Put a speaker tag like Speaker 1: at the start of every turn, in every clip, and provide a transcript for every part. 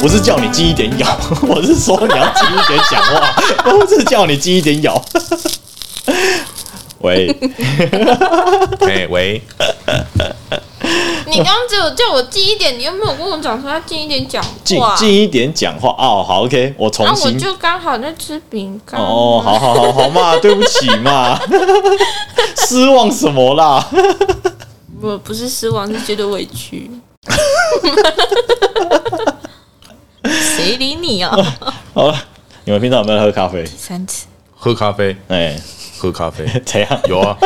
Speaker 1: 不是叫你记一点咬， 我是说你要记一点讲话， 不是叫你记一点咬。喂，
Speaker 2: 哎、喂，
Speaker 3: 你刚刚只有叫我记一点，你又没有跟我讲说要记一点讲
Speaker 1: 记
Speaker 3: 话。
Speaker 1: 记一点讲话哦。好，OK，我重
Speaker 3: 啊，我
Speaker 1: 新。
Speaker 3: 就刚好在吃饼干。
Speaker 1: 哦，好好好好嘛，对不起嘛， 失望什么啦？
Speaker 3: 我不是失望，是觉得委屈。谁理你
Speaker 1: 哦
Speaker 3: 啊？
Speaker 1: 好了，你们平常有没有喝咖啡？
Speaker 3: 三 次，
Speaker 2: 喝咖啡，
Speaker 1: 哎、
Speaker 2: 喝咖 啡，
Speaker 1: 怎样？
Speaker 2: 有啊，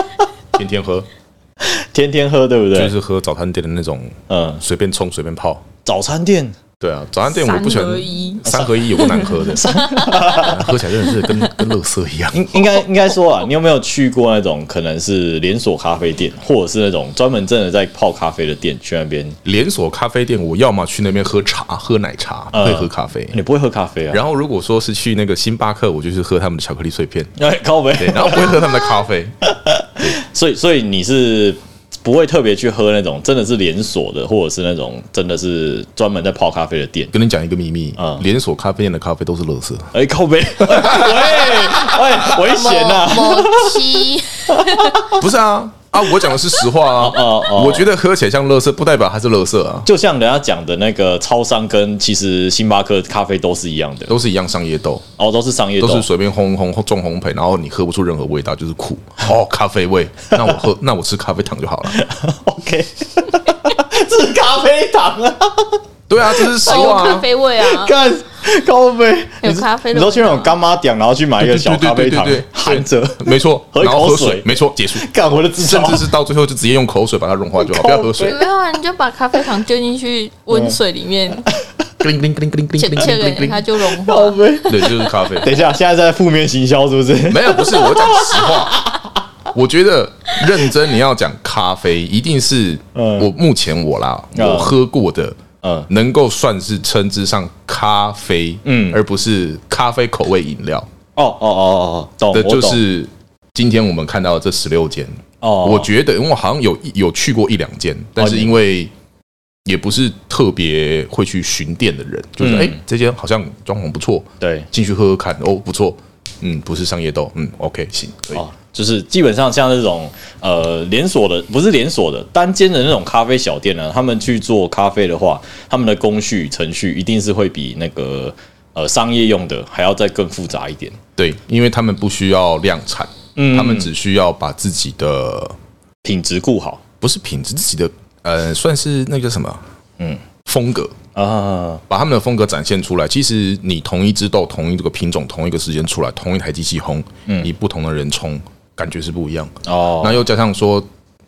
Speaker 2: 天天喝，
Speaker 1: 天天喝对不对？
Speaker 2: 就是喝早餐店的那种，
Speaker 1: 嗯，
Speaker 2: 随便冲随便泡。
Speaker 1: 早餐店
Speaker 2: 对啊，早餐店我不喜
Speaker 3: 三
Speaker 2: 欢
Speaker 3: 合一，
Speaker 2: 三合一有个难 喝的， 喝起来真的是跟跟垃圾一样。
Speaker 1: 应应该应该说啊，你有没有去过那种可能是连锁咖啡店，或者是那种专门真的在泡咖啡的店去那边？
Speaker 2: 连锁咖啡店，我要么去那边喝茶，喝奶茶，不
Speaker 1: 嗯
Speaker 2: 会喝咖啡。
Speaker 1: 你不会喝咖啡啊？
Speaker 2: 然后如果说是去那个星巴克，我就是喝他们的巧克力碎片，
Speaker 1: 哎，高杯，
Speaker 2: 对，然后不会喝他们的咖啡。
Speaker 1: 所以所以你是不会特别去喝那种真的是连锁的，或者是那种真的是专门在泡咖啡的店。
Speaker 2: 跟你讲一个秘密
Speaker 1: 嗯，
Speaker 2: 连锁咖啡店的咖啡都是垃圾。
Speaker 1: 哎，靠背，喂 喂，危险呐、啊！
Speaker 3: 某 七，
Speaker 2: 不是啊啊，我讲的是实话
Speaker 1: 哦
Speaker 2: 啊。
Speaker 1: 哦
Speaker 2: 我觉得喝起来像垃圾，不代表它是垃圾啊，
Speaker 1: 就像人家讲的那个超商跟其实星巴克咖啡都是一样的，
Speaker 2: 都是一样商业豆，
Speaker 1: 哦，都是商业
Speaker 2: 都
Speaker 1: 豆，
Speaker 2: 是随便烘烘烘重烘焙，然后你喝不出任何味道，就是 苦哦，咖啡味。那我喝，那我吃咖啡糖就好了。
Speaker 1: OK，这是咖啡糖啊，
Speaker 2: 对啊，这是实
Speaker 3: 有
Speaker 2: 话
Speaker 3: 咖
Speaker 2: 啊。
Speaker 3: 啡 味啊，
Speaker 1: 干高杯，
Speaker 3: 有咖啡
Speaker 1: 你
Speaker 3: 的味道。
Speaker 1: 都去那种干妈店，然后去买一个小咖啡糖
Speaker 2: 对对对对对对，
Speaker 1: 含着
Speaker 2: 没错，
Speaker 1: 喝一
Speaker 2: 然后
Speaker 1: 口
Speaker 2: 喝
Speaker 1: 水
Speaker 2: 水，没错，结 束。
Speaker 1: 干我的智
Speaker 2: 甚
Speaker 1: 商
Speaker 2: 至，是到最后就直接用口水把它融化就好，不要喝水。
Speaker 3: 没有啊，你就把咖啡糖丢进去温水里面，
Speaker 1: 嗯
Speaker 2: 叮叮叮叮 叮
Speaker 3: 切
Speaker 2: 叮
Speaker 3: 切
Speaker 2: 叮
Speaker 3: 给
Speaker 2: 叮
Speaker 3: 它
Speaker 2: 叮，
Speaker 3: 就融 化。
Speaker 1: 高杯。
Speaker 2: 对，就是咖 啡。
Speaker 1: 等一下，现在在负面行销是不是？
Speaker 2: 没有，不是我讲实话，我觉得认真你要讲咖啡，一定是
Speaker 1: 嗯
Speaker 2: 我目前我啦，
Speaker 1: 嗯
Speaker 2: 我喝过的，
Speaker 1: 嗯
Speaker 2: 能够算是称之上咖啡，
Speaker 1: 嗯
Speaker 2: 而不是咖啡口味饮料
Speaker 1: 哦哦哦哦，哦，懂，
Speaker 2: 的，就
Speaker 1: 我懂
Speaker 2: 是今天我们看到的这十六间，
Speaker 1: 哦，
Speaker 2: 我觉得因为我好像有一有去过一两间，但是
Speaker 1: 你
Speaker 2: 因为。也不是特别会去巡店的人，就是
Speaker 1: 嗯
Speaker 2: 哎、这间好像装潢不错，
Speaker 1: 对
Speaker 2: 进去喝喝看，哦，不错，嗯，不是商业豆，嗯，OK，行，可以。
Speaker 1: 哦，就是基本上像这种呃连锁的，不是连锁的单间的那种咖啡小店呢，他们去做咖啡的话，他们的工序程序一定是会比那个呃商业用的还要再更复杂一点。
Speaker 2: 对，因为他们不需要量产，
Speaker 1: 嗯
Speaker 2: 他们只需要把自己的
Speaker 1: 品质顾好
Speaker 2: 不是品质，自己的呃，算是那个什么，
Speaker 1: 嗯，
Speaker 2: 风格，
Speaker 1: 啊，
Speaker 2: 把他们的风格展现出来。其实你同一只豆、同一个品种、同一个时间出来，同一台机器烘，嗯，你不同的人冲，感觉是不一样。那
Speaker 1: 哦，
Speaker 2: 又加上说，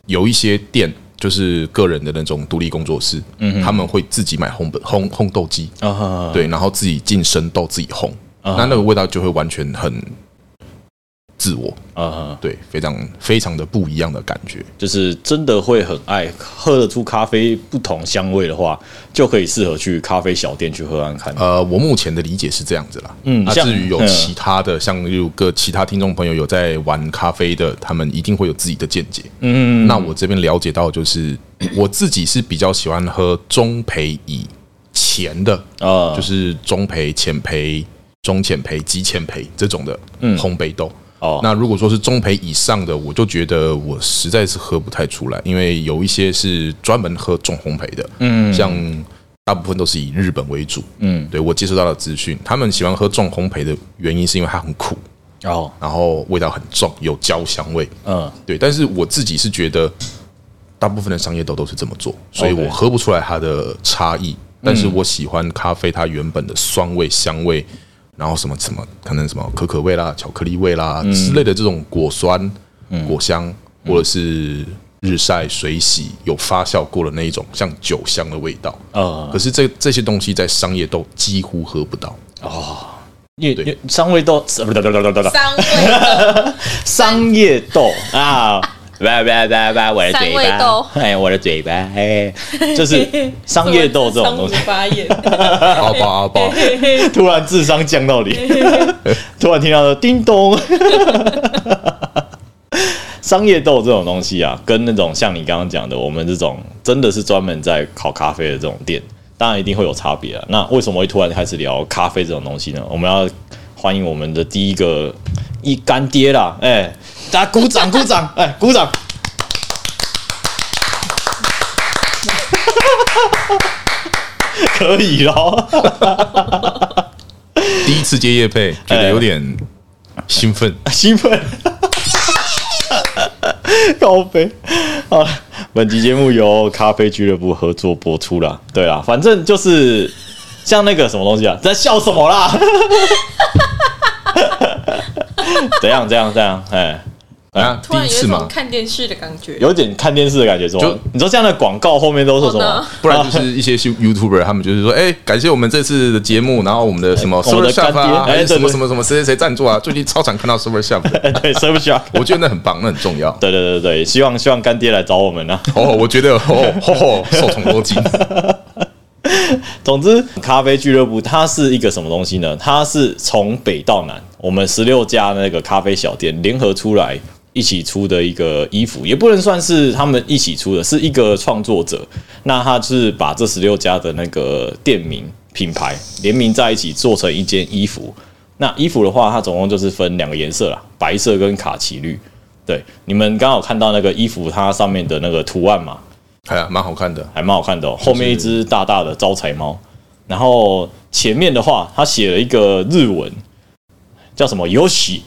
Speaker 2: 有一些店就是个人的那种独立工作室，嗯，他们会自己买烘本烘烘豆机，
Speaker 1: 啊，
Speaker 2: 对，然后自己进生豆，自己烘，那那个味道就会完全很自我。
Speaker 1: 啊，
Speaker 2: 对，非常非常的不一样的感觉。
Speaker 1: 就是真的会很爱喝得出咖啡不同香味的话，就可以适合去咖啡小店去喝看看。
Speaker 2: 呃，我目前的理解是这样子啦。
Speaker 1: 嗯
Speaker 2: 那
Speaker 1: 像
Speaker 2: 至于有
Speaker 1: 嗯
Speaker 2: 其他的，像有个其他听众朋友有在玩咖啡的，他们一定会有自己的见解。
Speaker 1: 嗯，
Speaker 2: 那我这边了解到，就是我自己是比较喜欢喝中培以前的，
Speaker 1: 啊，
Speaker 2: 呃就是中培、浅培、中浅培、极浅培这种的
Speaker 1: 嗯
Speaker 2: 烘焙豆。
Speaker 1: 哦，
Speaker 2: 那如果说是中培以上的，我就觉得我实在是喝不太出来，因为有一些是专门喝重烘焙的，嗯，像大部分都是以日本为主，
Speaker 1: 嗯，
Speaker 2: 对我接收到的资讯，他们喜欢喝重烘焙的原因是因为它很苦，
Speaker 1: 哦，
Speaker 2: 然后味道很重，有焦香味，
Speaker 1: 嗯，
Speaker 2: 对。但是我自己是觉得，大部分的商业豆都是这么做，所以
Speaker 1: OK 嗯
Speaker 2: 我喝不出来它的差异。但是我喜欢咖啡它原本的酸味、香味，然后什么什么，可能什么可可味啦、巧克力味啦
Speaker 1: 嗯
Speaker 2: 之类的这种果酸、果香，或者是日晒、水洗有发酵过的那一种，像酒香的味道。
Speaker 1: 呃
Speaker 2: 可，是这这些东西在商业豆几乎 喝不到。
Speaker 1: 因为
Speaker 2: 对
Speaker 1: 因为 商味豆，不不不不不不，
Speaker 3: 三味
Speaker 1: 商业豆啊，叭叭叭叭，我的嘴
Speaker 3: 三味
Speaker 1: 巴
Speaker 3: 豆，
Speaker 1: 哎，我的嘴巴，哎，就是商业豆这种东西，
Speaker 4: 发言，
Speaker 2: 阿宝 阿宝，
Speaker 1: 突然智商降到零，突然听到叮咚。 商业豆这种东西啊，跟那种像你刚刚讲的，我们这种真的是专门在烤咖啡的这种店，当然一定会有差别啊。那为什么会突然开始聊咖啡这种东西呢？我们要欢迎我们的第一个一干爹啦！哎、大家鼓掌鼓掌，哎、鼓掌！ 可以咯。
Speaker 2: 第一次接叶配，觉得有点兴奋。
Speaker 1: 兴奋， 高飞。好了，本集节目由咖啡俱乐部合作播出啦。对啦，反正就是像那个什么东西啊，在笑什么啦？ 怎样怎样怎样？哎，
Speaker 2: 啊，
Speaker 4: 突
Speaker 2: 第
Speaker 4: 然
Speaker 2: 一
Speaker 4: 有一
Speaker 2: 次
Speaker 4: 种
Speaker 2: 嘛，
Speaker 4: 看电视的感觉。
Speaker 1: 有点看电视的感觉，是吗
Speaker 2: 就？哦
Speaker 1: 你说这样的广告后面都是什么？
Speaker 2: 不然就是一
Speaker 1: 啊
Speaker 2: 些 YouTuber 他们就是说，哎、感谢我们这次的节目，然后我们的什么
Speaker 1: 哎我
Speaker 2: Super
Speaker 1: 们的
Speaker 2: Chef
Speaker 1: 干爹
Speaker 2: 啊，还
Speaker 1: 哎
Speaker 2: 是什么
Speaker 1: 对对
Speaker 2: 什么什么谁谁谁赞助啊，最近超常看到 Super Chef，的
Speaker 1: 对，是不是啊？
Speaker 2: 我觉得那很棒，那很重要。
Speaker 1: 对对对对，希望希望干爹来找我们啊。
Speaker 2: 哦，我觉得哦，吼吼，受宠若惊。
Speaker 1: 总之，咖啡俱乐部它是一个什么东西呢？它是从北到南，我们十六家那个咖啡小店联合出来一起出的一个衣服，也不能算是他们一起出的，是一个创作者。那他是把这十六家的那个店名品牌联名在一起，做成一件衣服。那衣服的话，它总共就是分两个颜色啦，白色跟卡其绿。对，你们刚好看到那个衣服它上面的那个图案嘛，
Speaker 2: 哎呀，蛮好看的，
Speaker 1: 还蛮好看的、哦。后面一只大大的招财猫，然后前面的话，他写了一个日文，叫什么 “yoshi”，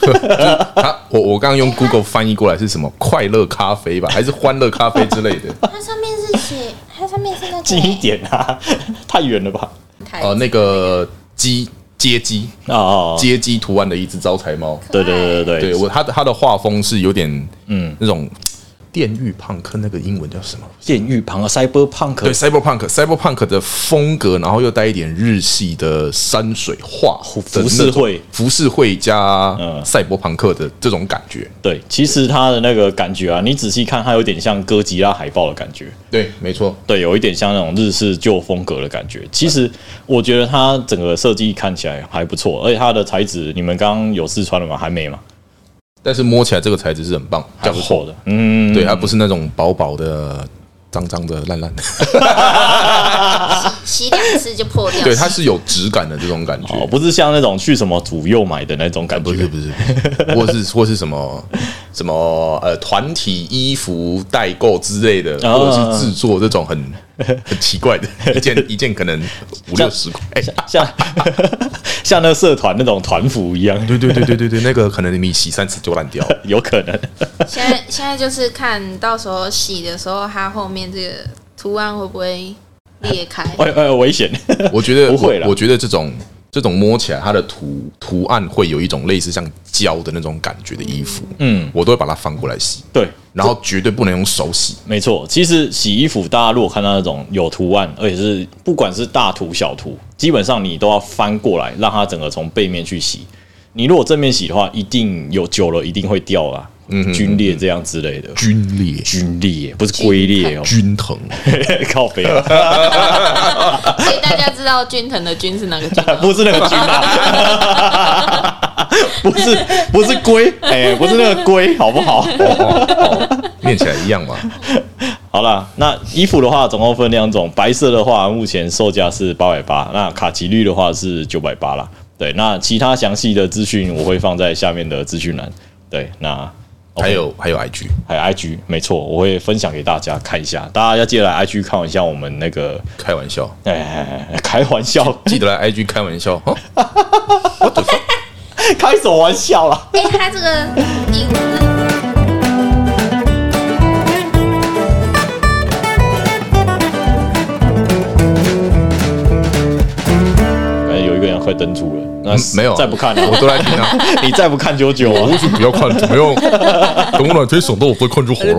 Speaker 2: 他啊我我刚刚用 Google 翻译过来是什么？快乐咖啡吧，还是欢乐咖啡之类的？
Speaker 3: 它上面是 写，它上面是那 个
Speaker 1: 近一点啊， 太远了吧？
Speaker 4: 台
Speaker 2: 呃，那个鸡街鸡
Speaker 1: 啊啊，啊
Speaker 2: 街鸡图案的一只招财猫，
Speaker 1: 对对对对
Speaker 2: 对
Speaker 1: 对，
Speaker 2: 我他的他的画风是有点嗯那种电狱胖克那个英文叫什么？
Speaker 1: 电狱旁啊
Speaker 2: 对
Speaker 1: ，cyberpunk
Speaker 2: ，cyberpunk cyberpunk 的风格，然后又带一点日系的山水画的
Speaker 1: 浮世
Speaker 2: 那种
Speaker 1: 绘
Speaker 2: 浮世绘加
Speaker 1: 嗯
Speaker 2: 赛博朋克的这种感觉。
Speaker 1: 对，其实它的那个感觉啊，你仔细看，它有点像哥吉拉海报的感觉。
Speaker 2: 对，没错，
Speaker 1: 对，有一点像那种日式旧风格的感觉。其实我觉得它整个设计看起来还不错，而且它的材质，你们刚刚有试穿了吗？还没嘛？
Speaker 2: 但是摸起来这个材质是很棒，比
Speaker 1: 还
Speaker 2: 较
Speaker 1: 不
Speaker 2: 厚
Speaker 1: 错的，嗯，
Speaker 2: 对，它不是那种薄薄的、脏脏的、烂烂的，
Speaker 3: 洗两次就破掉。
Speaker 2: 对，它是有质感的这种感
Speaker 1: 哦，
Speaker 2: 觉。
Speaker 1: 不是像那种去什么主右买的那种感
Speaker 2: 不是
Speaker 1: 觉，
Speaker 2: 不是，或是或是什么什么呃团体衣服代购之类的，
Speaker 1: 啊
Speaker 2: 或者是制作这种很很奇怪的，一件一件可能五六十块，哎
Speaker 1: 像 像那社团那种团服一样，
Speaker 2: 对对对对对对，那个可能你洗三次就烂掉了。
Speaker 1: 有可能。
Speaker 3: 现在现在就是看到时候洗的时候，它后面这个图案会不会裂开？
Speaker 1: 哎哎，危险！
Speaker 2: 我觉得
Speaker 1: 不会啦
Speaker 2: 我，我觉得这种这种摸起来它的图图案会有一种类似像胶的那种感觉的衣服，嗯，我都会把它翻过来洗，
Speaker 1: 对，
Speaker 2: 然后绝对不能用手洗。
Speaker 1: 没错。其实洗衣服，大家如果看到那种有图案，而且是不管是大图小图，基本上你都要翻过来，让它整个从背面去洗。你如果正面洗的话，一定有久了一定会掉啊啦，
Speaker 2: 嗯
Speaker 1: 皲裂这样之类的。
Speaker 2: 皲裂、
Speaker 1: 皲裂不是龟裂哦，
Speaker 2: 均疼，
Speaker 1: 靠背啊，
Speaker 3: 所以大家知道均藤的均是哪个均吗？
Speaker 1: 不是那个菌啊， 不是不是龟，哎、不是那个龟，好不好？
Speaker 2: 念起来一样嘛。
Speaker 1: 好啦，那衣服的话总共分两种，白色的话目前售价是八百八，那卡其绿的话是九百八啦。对，那其他详细的资讯我会放在下面的资讯栏。对，那
Speaker 2: 还有还有 IG，
Speaker 1: 还有 IG，没错，我会分享给大家看一下，大家要记得来 IG 看一下我们那个，
Speaker 2: 开玩笑，
Speaker 1: 哎哎，哎开玩笑，
Speaker 2: 记得来 IG 开玩笑哦。
Speaker 1: 开什么玩笑啦？
Speaker 3: 哎、 它这个 衣服
Speaker 1: 哎，有一个人快登出了，那
Speaker 2: 嗯没有
Speaker 1: 再不看
Speaker 2: 我
Speaker 1: 了，
Speaker 2: 都来听啊，
Speaker 1: 你再不看九九啊
Speaker 2: 我？为什么不要看？怎么样？等我哪天想到我再看就 好了。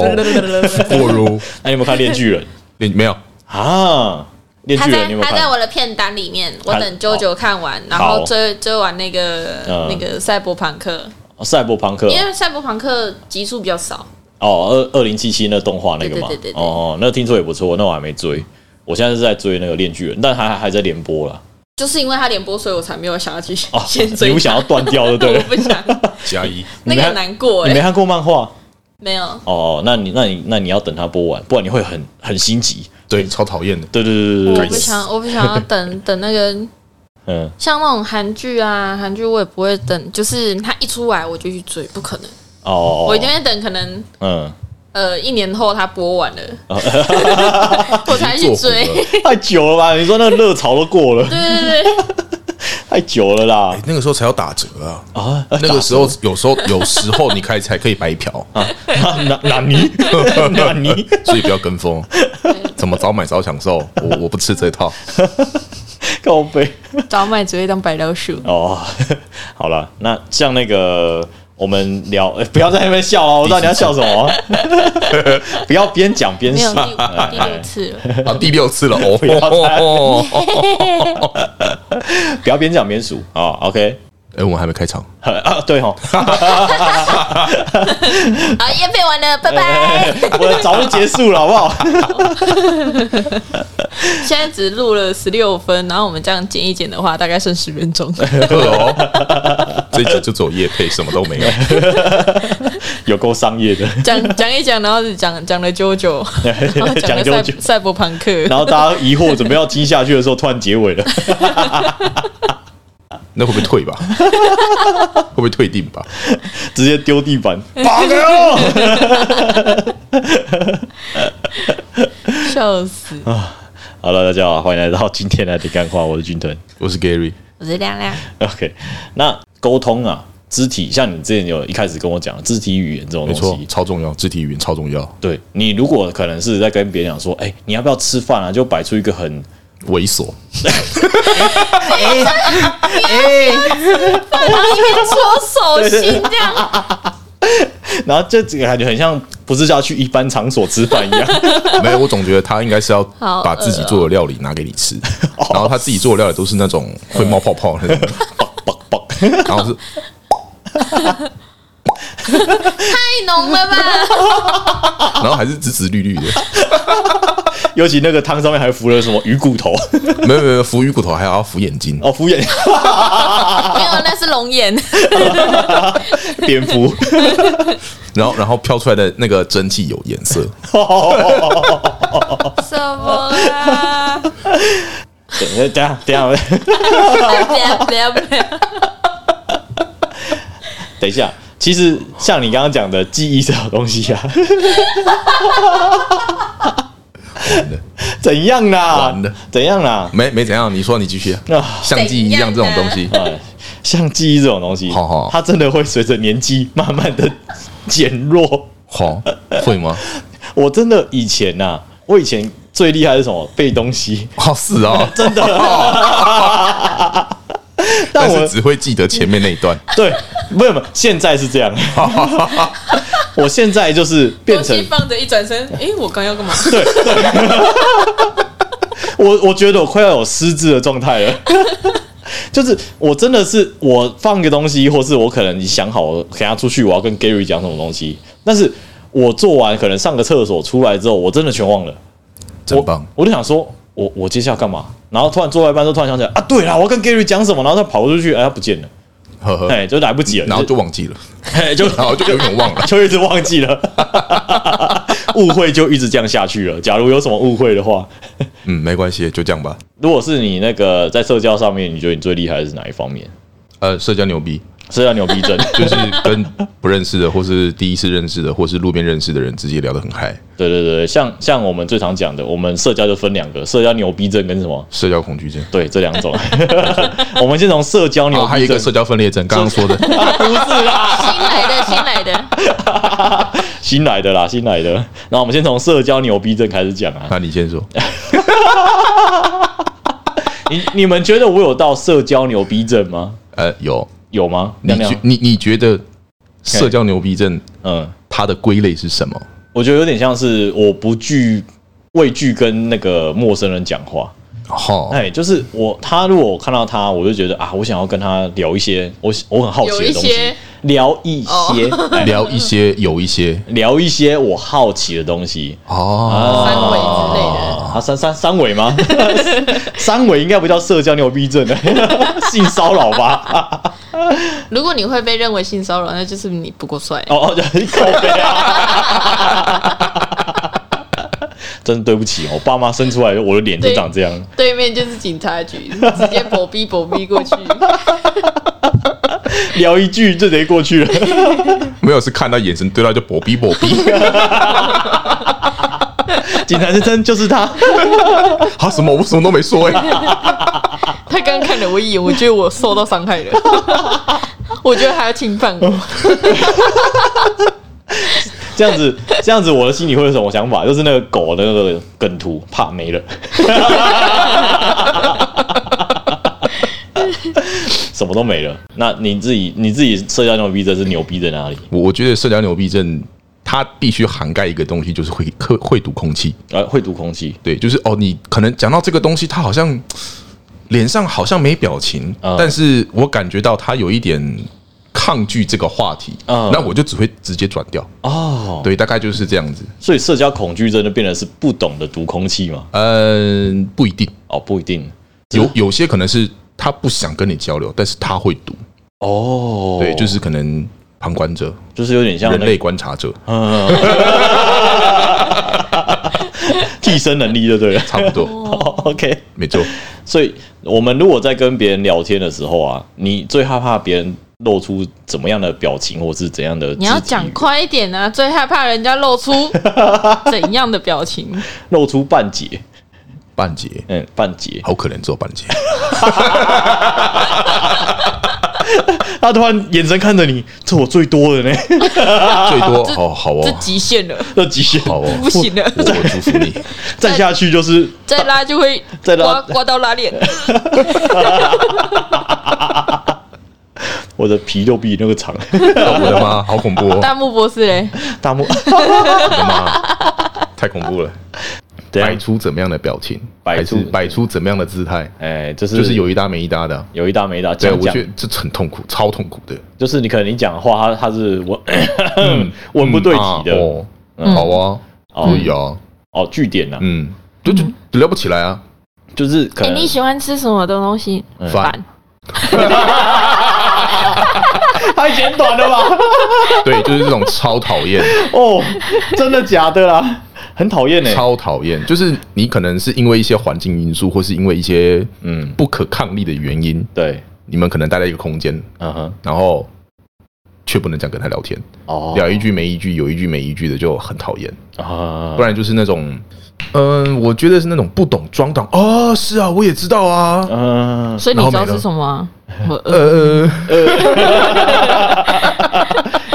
Speaker 2: 过喽，
Speaker 1: 那你有没有看《链锯 人
Speaker 2: 你没有？》
Speaker 1: 啊？《链
Speaker 3: 它
Speaker 1: 锯人》
Speaker 3: 在
Speaker 1: 你有没有
Speaker 3: 它在
Speaker 1: 看？
Speaker 3: 我的片单里面，我
Speaker 1: 它
Speaker 3: 等九九看完，然
Speaker 1: 好
Speaker 3: 后追追完那个
Speaker 1: 嗯
Speaker 3: 那个赛博朋克，
Speaker 1: 哦赛博朋克
Speaker 3: 因为赛博朋克集数比较少，
Speaker 1: 哦，二二零七七那动画那个嘛，
Speaker 3: 对对对对对
Speaker 1: 哦，那听说也不错，那我还没追，我现在是在追那个《链锯人》，但还还在联播啦。
Speaker 3: 就是因为他连播，所以我才没有想要去
Speaker 1: 哦，
Speaker 3: 先追
Speaker 1: 你
Speaker 3: 他。
Speaker 1: 不想要断掉，对不
Speaker 3: 我
Speaker 1: 对？
Speaker 3: 不想，
Speaker 2: 加一，
Speaker 1: 你没
Speaker 3: 那个
Speaker 1: 看
Speaker 3: 很难过
Speaker 1: 你
Speaker 3: 哎、
Speaker 1: 没看过漫画
Speaker 3: 没有。
Speaker 1: 哦，那你那你那你要等它播完，不然你会很很心急。
Speaker 2: 对，超讨厌的。
Speaker 1: 对对对对
Speaker 3: 我
Speaker 1: 对
Speaker 3: 不
Speaker 1: 对，
Speaker 3: 想，我不想要等等那个，
Speaker 1: 嗯，
Speaker 3: 像那种韩剧啊，韩剧我也不会等，就是它一出来我就去追，不可能，
Speaker 1: 哦，
Speaker 3: 我一定会等，可能
Speaker 1: 嗯，
Speaker 3: 呃一年后它播完了，
Speaker 1: 哦
Speaker 3: 我才去
Speaker 2: 做
Speaker 3: 追。
Speaker 2: 虎了
Speaker 1: 太久了吧？你说那个热潮都过了，
Speaker 3: 对对对，
Speaker 1: 太久了啦
Speaker 2: 哎。那个时候才有打折啊！
Speaker 1: 啊，
Speaker 2: 那个时候有时候有时候你开才可以白嫖，
Speaker 1: 啊那那你 那你
Speaker 2: 所以不要跟风。怎么早买早享受？我我不吃这套。
Speaker 1: 告白。
Speaker 3: 早买只会当白老鼠。
Speaker 1: 哦， 好了，那像那个我们 聊，欸、不要在那边笑哦，我知道你要笑什么， 不要边讲边
Speaker 3: 没有
Speaker 1: 笑
Speaker 3: 第。五第六次
Speaker 1: 哎
Speaker 3: 了，
Speaker 2: 啊，第六次了哦
Speaker 1: 要再
Speaker 2: 哦。哎、
Speaker 1: 不要边讲边数啊、o k
Speaker 2: 哎我们还没开场，
Speaker 1: 啊，对哦，
Speaker 3: 好，夜配完了，拜拜。
Speaker 1: 我的早就结束了，好不好？
Speaker 3: 现在只录了十六分，然后我们这样剪一剪的话，大概剩十分 钟。
Speaker 2: 哦，这一集就走夜配，什么都没有。
Speaker 1: 有够商业的，
Speaker 3: 讲讲一讲，然后讲讲了 九九，然后讲了
Speaker 1: 讲
Speaker 3: 赛
Speaker 1: JoJo
Speaker 3: 赛博朋克，
Speaker 1: 然后大家疑惑准备要听下去的时候，突然结尾了，
Speaker 2: 那会不会退吧？会不会退订吧？
Speaker 1: 直接丢地板，八个哦！
Speaker 3: 笑死！
Speaker 1: 好了，大家好，欢迎来到今天的听干话，我是君腾。
Speaker 2: 我是 Gary，
Speaker 3: 我是亮亮，
Speaker 1: OK，那沟通啊，肢体，像你之前有一开始跟我讲，肢体语言这种
Speaker 2: 没
Speaker 1: 东
Speaker 2: 错
Speaker 1: 西，，
Speaker 2: 超重要，肢体语言超重要，
Speaker 1: 对你，如果可能是在跟别人讲说，哎、你要不要吃饭啊？就摆出一个很
Speaker 2: 猥琐。
Speaker 3: 搓手心 这样，
Speaker 1: 然后这这个感觉很像不是要去一般场所吃饭一样。
Speaker 2: 没有，我总觉得他应该是要
Speaker 3: 好
Speaker 2: 把自己做
Speaker 1: 哦
Speaker 2: 的料理拿给你吃，然后他自己做的料理都是那种会冒泡泡的那种， 然后是
Speaker 3: 太浓 了吧？
Speaker 2: 然后还是紫紫绿绿的，
Speaker 1: 尤其那个汤上面还浮了什么鱼骨头
Speaker 2: 没有没有没有，浮鱼骨头还要浮眼睛，
Speaker 1: 哦，敷衍
Speaker 3: 没有，那是龙眼，
Speaker 1: 蝙蝠，
Speaker 2: 然后然后飘出来的那个蒸汽有颜色，
Speaker 3: 什么啊啦？
Speaker 1: 等等一下等一下
Speaker 3: 不要不要不要！
Speaker 1: 等一下，其实像你刚刚讲的记忆这种东西 啊，
Speaker 2: 真的
Speaker 1: 怎样啦
Speaker 2: 完了？
Speaker 1: 怎样啦？
Speaker 2: 没没怎样，你说你继续啊，
Speaker 1: 啊
Speaker 2: 相机一样这种东西，
Speaker 1: 哎像记忆这种东西
Speaker 2: 好好，
Speaker 1: 它真的会随着年纪慢慢的减弱。
Speaker 2: 好会吗？
Speaker 1: 我真的以前呐、我以前最厉害是什么？背东西，
Speaker 2: 哦是啊，
Speaker 1: 真的。但
Speaker 2: 但
Speaker 1: 我
Speaker 2: 是只会记得前面那一段，
Speaker 1: 对，没有没有，现在是这样。我现在就是变
Speaker 3: 东
Speaker 1: 成
Speaker 3: 西放着一转身，诶，我刚要干嘛？
Speaker 1: 我，我觉得我快要有失智的状态了。就是我真的是我放个东西，或是我可能想好我等下出去我要跟 Gary 讲什么东西，但是我做完可能上个厕所出来之后，我真的全忘了。
Speaker 2: 真棒，
Speaker 1: 我！我就想说，我我接下来要干嘛？然后突然做到一半，就突然想起来啊，对啦，我要跟 Gary 讲什么，然后他跑出去，哎，他不见了，
Speaker 2: 呵呵，
Speaker 1: 哎，就来不及了，
Speaker 2: 呃然后就忘记了，
Speaker 1: 哎就
Speaker 2: 然后就永远忘了，
Speaker 1: 就一直忘记了， 误会就一直这样下去了。假如有什么误会的话，
Speaker 2: 嗯，没关系，就这样吧。
Speaker 1: 如果是你那个在社交上面，你觉得你最厉害的是哪一方面？
Speaker 2: 呃，社交牛逼，
Speaker 1: 社交牛逼 症，
Speaker 2: 就是跟不认识的，或是第一次认识的，或是路边认识的人，直接聊得很嗨。
Speaker 1: 对对对，像像我们最常讲的，我们社交就分两个，社交牛逼症跟什么？
Speaker 2: 社交恐惧症
Speaker 1: 对，这两种。 我们先从社交牛
Speaker 2: 啊，还有
Speaker 1: 逼
Speaker 2: 一个
Speaker 1: 哦症，
Speaker 2: 社交分裂症，刚刚说的，
Speaker 3: 新来的，新来的，
Speaker 1: 新来的啦，新来的。那我们先从社交牛逼症开始讲啊。
Speaker 2: 那你先说。
Speaker 1: 你你们觉得我有到社交牛逼症吗？
Speaker 2: 呃，有，
Speaker 1: 有吗？
Speaker 2: 你
Speaker 1: 亮亮
Speaker 2: 觉，你你觉得社交牛逼症
Speaker 1: 嗯，
Speaker 2: 它的归类是什么？
Speaker 1: 我觉得有点像是我不惧畏惧跟那个陌生人讲话。
Speaker 2: 哈，
Speaker 1: 哎，就是我他如果我看到他，我就觉得啊，我想要跟他聊一些我我很好
Speaker 3: 有
Speaker 1: 奇
Speaker 3: 一
Speaker 1: 的东西
Speaker 3: 些。哦
Speaker 1: 聊一些，哎
Speaker 2: 聊一些有一些
Speaker 1: 聊一些我好奇的东西。
Speaker 2: 哦，
Speaker 3: 三维之类的。
Speaker 1: 啊，三三三维吗？ 三维应该不叫社交，你有逼症的， 性骚扰吧？
Speaker 3: 如果你会被认为性骚扰，那就是你不够帅。
Speaker 1: 哦哦，你口碑啊！ 真对不起，我爸妈生出来我的脸就长这样。
Speaker 3: 对面就是警察局，直接薄逼薄逼过去。
Speaker 1: 聊一句就直接过去了。
Speaker 2: 没有是看他眼神对他就薄逼薄逼，
Speaker 1: 警察先生就是他，
Speaker 2: 他什么我什么都没说哎，
Speaker 3: 他刚刚看了我一眼，我觉得我受到伤害 了，我觉得还要侵犯我。
Speaker 1: 这样子，这样子，我的心里会有什么想法？就是那个狗的那个梗图，怕没了，什么都没了。那你自己，你自己社交牛逼症是牛逼在哪里？
Speaker 2: 我我觉得社交牛逼症它必须涵盖一个东西，就是会会会读空气。
Speaker 1: 呃，会读空气，
Speaker 2: 对，就是哦，你可能讲到这个东西，他好像脸上好像没表情，
Speaker 1: 嗯
Speaker 2: 但是我感觉到他有一点抗拒这个话题，
Speaker 1: 嗯
Speaker 2: 那我就只会直接转掉。
Speaker 1: 哦，
Speaker 2: 对，大概就是这样子。
Speaker 1: 所以社交恐惧症就变成是不懂得读空气嘛？
Speaker 2: 嗯，不一定，
Speaker 1: 哦，不一定
Speaker 2: 有有些可能是他不想跟你交流，但是他会读，
Speaker 1: 哦，
Speaker 2: 对，就是可能旁观者、
Speaker 1: 就是有点像
Speaker 2: 人
Speaker 1: 那
Speaker 2: 类
Speaker 1: 个
Speaker 2: 观察者，
Speaker 1: 啊替身能力，就对了。
Speaker 2: 差不 多，
Speaker 3: 哦
Speaker 1: OK，
Speaker 2: 没错。
Speaker 1: 所以我们如果在跟别人聊天的时候啊，你最害怕别人露出怎么样的表情，或是怎样的肢体语
Speaker 3: 你
Speaker 1: 言？
Speaker 3: 要讲快一点啊！最害怕人家露 出怎样的表情？
Speaker 1: 露出半截，
Speaker 2: 半截，
Speaker 1: 嗯，半截。
Speaker 2: 好可怜，只有半截。
Speaker 1: 他突然眼神看着你，这我最多的呢， 啊
Speaker 2: 最多哦，好
Speaker 3: 这
Speaker 2: 哦，
Speaker 3: 极限了，
Speaker 1: 这极限，
Speaker 2: 好哦，
Speaker 3: 不行了，
Speaker 2: 我我祝福你。
Speaker 1: 再下去就是
Speaker 3: 再拉就会
Speaker 1: 再拉
Speaker 3: 刮刮到拉脸。
Speaker 1: 我的皮都比那个 长。
Speaker 2: 我的妈，好恐怖哦！
Speaker 3: 大木博士嘞，
Speaker 1: 大幕，
Speaker 2: 我的妈，太恐怖了！
Speaker 1: 对啊
Speaker 2: 摆出怎么样的表情，
Speaker 1: 摆
Speaker 2: 摆
Speaker 1: 出
Speaker 2: 出摆出怎么样的姿态，
Speaker 1: 哎，就是
Speaker 2: 就是有一搭没一搭的。
Speaker 1: 有一搭没一搭，
Speaker 2: 对，
Speaker 1: 讲
Speaker 2: 我
Speaker 1: 讲
Speaker 2: 觉得这很痛苦，超痛苦的。
Speaker 1: 就是你可能你讲的话，他他是文 文不对题
Speaker 2: 嗯啊
Speaker 1: 的嗯
Speaker 2: 哦好啊，可以啊，
Speaker 1: 哦，据点呐，
Speaker 2: 嗯，就就就聊不起来啊。
Speaker 1: 就是可
Speaker 3: 哎、
Speaker 1: 能
Speaker 3: 你喜欢吃什么的东西？
Speaker 2: 饭，
Speaker 1: 太简短了 吧？
Speaker 2: 对，就是这种超讨 厌，
Speaker 1: 哦，真的假的啦？很讨厌呢。
Speaker 2: 超讨厌。就是你可能是因为一些环境因素，或是因为一些
Speaker 1: 嗯，
Speaker 2: 不可抗力的原因，
Speaker 1: 对，
Speaker 2: 你们可能待在一个空间，
Speaker 1: 嗯哼，
Speaker 2: 然后却不能这样跟他聊天，
Speaker 1: 哦，
Speaker 2: 聊一句没一句，有一句没一句的就很讨厌。
Speaker 1: 啊，
Speaker 2: 不然就是那种，嗯，我觉得是那种不懂装懂。哦，是啊，我也知道啊。
Speaker 1: 嗯，
Speaker 3: 所以你
Speaker 2: 然后
Speaker 3: 知道
Speaker 2: 没
Speaker 3: 是
Speaker 2: 了
Speaker 3: 什么啊、我 呃，
Speaker 2: 呃，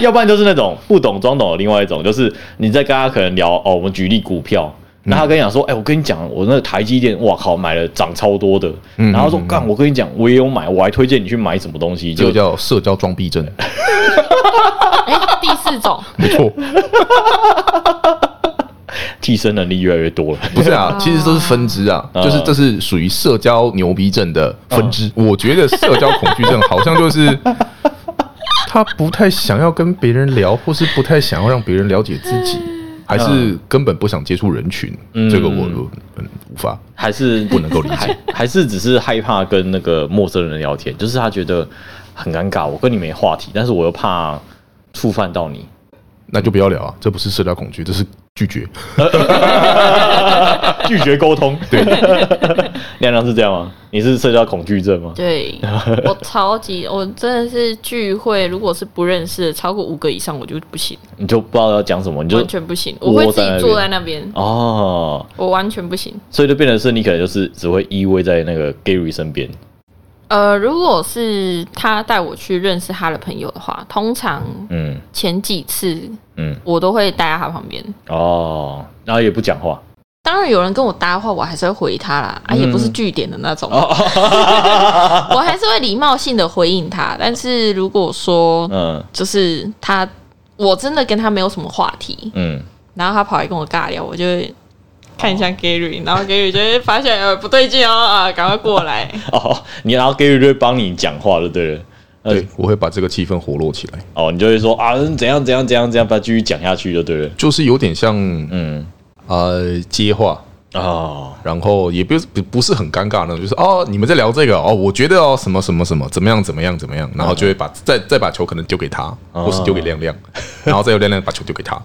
Speaker 1: 要不然就是那种不懂装懂的另外一种，就是你在跟他可能聊哦，我们举例股票。然
Speaker 2: 嗯
Speaker 1: 后他跟你讲说，哎、我跟你讲，我那个台积电，哇靠，买了涨超多的。
Speaker 2: 嗯
Speaker 1: 然后说，干，我跟你讲，我也有买，我还推荐你去买什么东西，
Speaker 2: 这
Speaker 1: 就
Speaker 2: 个叫社交装逼 症，
Speaker 3: 哎、第四种，
Speaker 2: 没错。
Speaker 1: 替身能力越来越多了。
Speaker 2: 不是啊，其实都是分支啊，就是这是属于社交牛逼症的分支。我觉得社交恐惧症好像就是他不太想要跟别人聊，或是不太想要让别人了解自己，还是根本不想接触人群。这个我我嗯无法。
Speaker 1: 还是
Speaker 2: 不能够理 解
Speaker 1: 还还是只是害怕跟那个陌生人聊天，就是他觉得很尴尬，我跟你没话题，但是我又怕触犯到你，
Speaker 2: 那就不要聊啊，这不是社交恐惧，这是拒绝。
Speaker 1: 拒绝沟通。对， 亮亮是这样吗？你是社交恐惧症吗？
Speaker 3: 对我超级，我真的是聚会，如果是不认识的，超过五个以上我就不行，
Speaker 1: 你就不知道要讲什么，你就
Speaker 3: 完全不行，我会自己坐在那边，
Speaker 1: 哦，
Speaker 3: 我完全不行。
Speaker 1: 所以就变成是你可能就是只会依偎在那个 Gary 身边。
Speaker 3: 呃，如果是他带我去认识他的朋友的话，通常
Speaker 1: 嗯
Speaker 3: 前几次
Speaker 1: 嗯，
Speaker 3: 我都会待在他旁边。
Speaker 1: 哦，然后也不讲话。
Speaker 3: 当然有人跟我搭话，我还是会回他啦，
Speaker 1: 嗯
Speaker 3: 啊，也不是据点的那种，
Speaker 1: 哦
Speaker 3: 我还是会礼貌性的回应他。但是如果说
Speaker 1: 嗯
Speaker 3: 就是他，我真的跟他没有什么话题，
Speaker 1: 嗯，
Speaker 3: 然后他跑来跟我尬聊，我就会看一
Speaker 1: 哦
Speaker 3: 下 Gary，然后 Gary 就会 发现呃不对劲哦啊，赶快过来。
Speaker 1: 哦，你然后 Gary 就会帮你讲话就对了。呃
Speaker 2: 对，我会把这个气氛活络起来，
Speaker 1: 哦，你就会说啊，怎样怎样怎样怎样，把它继续讲下去就对了。
Speaker 2: 就是有点像
Speaker 1: 嗯，
Speaker 2: 呃接话，
Speaker 1: 哦，
Speaker 2: 然后也不是不不是很尴尬呢，就是哦，你们在聊这个哦，我觉得哦，什么什么什么，怎么样怎么样怎么样，然后就会把再再把球可能丢给他，或是丢给亮 亮，然后再由亮亮把球丢给他。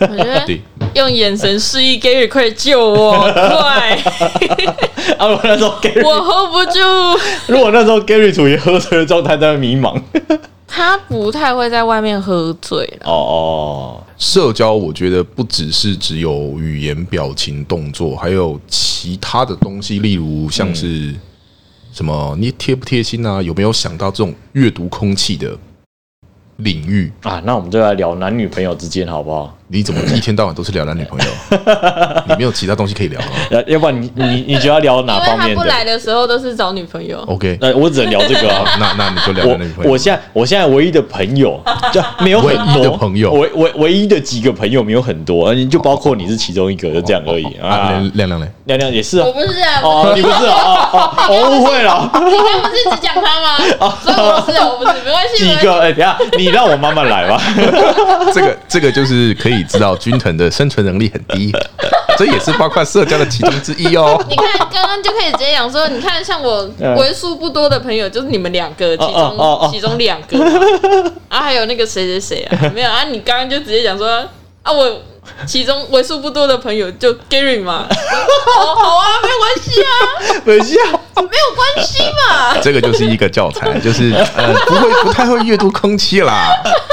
Speaker 3: 我觉得
Speaker 2: 对，
Speaker 3: 用眼神示意 Gary 快救我，快，
Speaker 1: 啊，我那时候 Gary，
Speaker 3: 我 hold 不住。
Speaker 1: 如果那时候 Gary 处于喝醉的状态，在那迷茫。
Speaker 3: 他不太会在外面喝醉了，
Speaker 1: 哦哦，
Speaker 2: 社交我觉得不只是只有语言、表情、动作，还有其他的东西，例如像是什么你贴不贴心啊，有没有想到这种阅读空气的领域？
Speaker 1: 啊，那我们就来聊男女朋友之间好不好？
Speaker 2: 你怎么一天到晚都是聊男女 朋友？你没有其他东西可以聊吗
Speaker 1: 要要不然你你你觉得要聊
Speaker 3: 因
Speaker 1: 哪
Speaker 3: 为
Speaker 1: 方
Speaker 3: 他
Speaker 1: 面
Speaker 3: 不来
Speaker 1: 的？
Speaker 3: 的时候都是找女朋友。
Speaker 2: ？OK，
Speaker 1: 那我只能聊这个 啊。
Speaker 2: 那那你就聊
Speaker 1: 我
Speaker 2: 男女朋友。
Speaker 1: 我现在我现在唯一的朋友就没有很多
Speaker 2: 唯一的朋友
Speaker 1: 唯唯唯一的几个朋友没有很多，呃就包括你是其中一个，就这样而已
Speaker 2: 啊，
Speaker 1: 啊
Speaker 2: 亮。亮亮嘞，
Speaker 1: 亮亮也是啊
Speaker 3: 我，不是啊，
Speaker 1: 哦，
Speaker 3: 我
Speaker 1: 你不是啊哦哦，我误会了。
Speaker 3: 你刚不是只讲他吗？所以我不是啊，我不是，没关系，
Speaker 1: 哦几
Speaker 3: 没关系
Speaker 1: 个？哎、等一下你让我慢慢来吧。
Speaker 2: 这个这个就是可以知道君腾的生存能力很低， 这也是包括社交的其中之一哦。
Speaker 3: 你看，刚刚就可以直接讲说，你看，像我
Speaker 1: 嗯
Speaker 3: 为数不多的朋友，就是你们两个，其
Speaker 1: 哦哦哦
Speaker 3: 中其中两 个嘛啊，还有那个谁谁谁啊，没有啊？你刚刚就直接讲说啊，我其中为数不多的朋友就 Gary 嘛，哦，好啊，没有关系啊，
Speaker 1: 等一下，
Speaker 3: 没有关系 嘛，
Speaker 2: 这个就是一个教材，就是呃不会不太会阅读空气啦，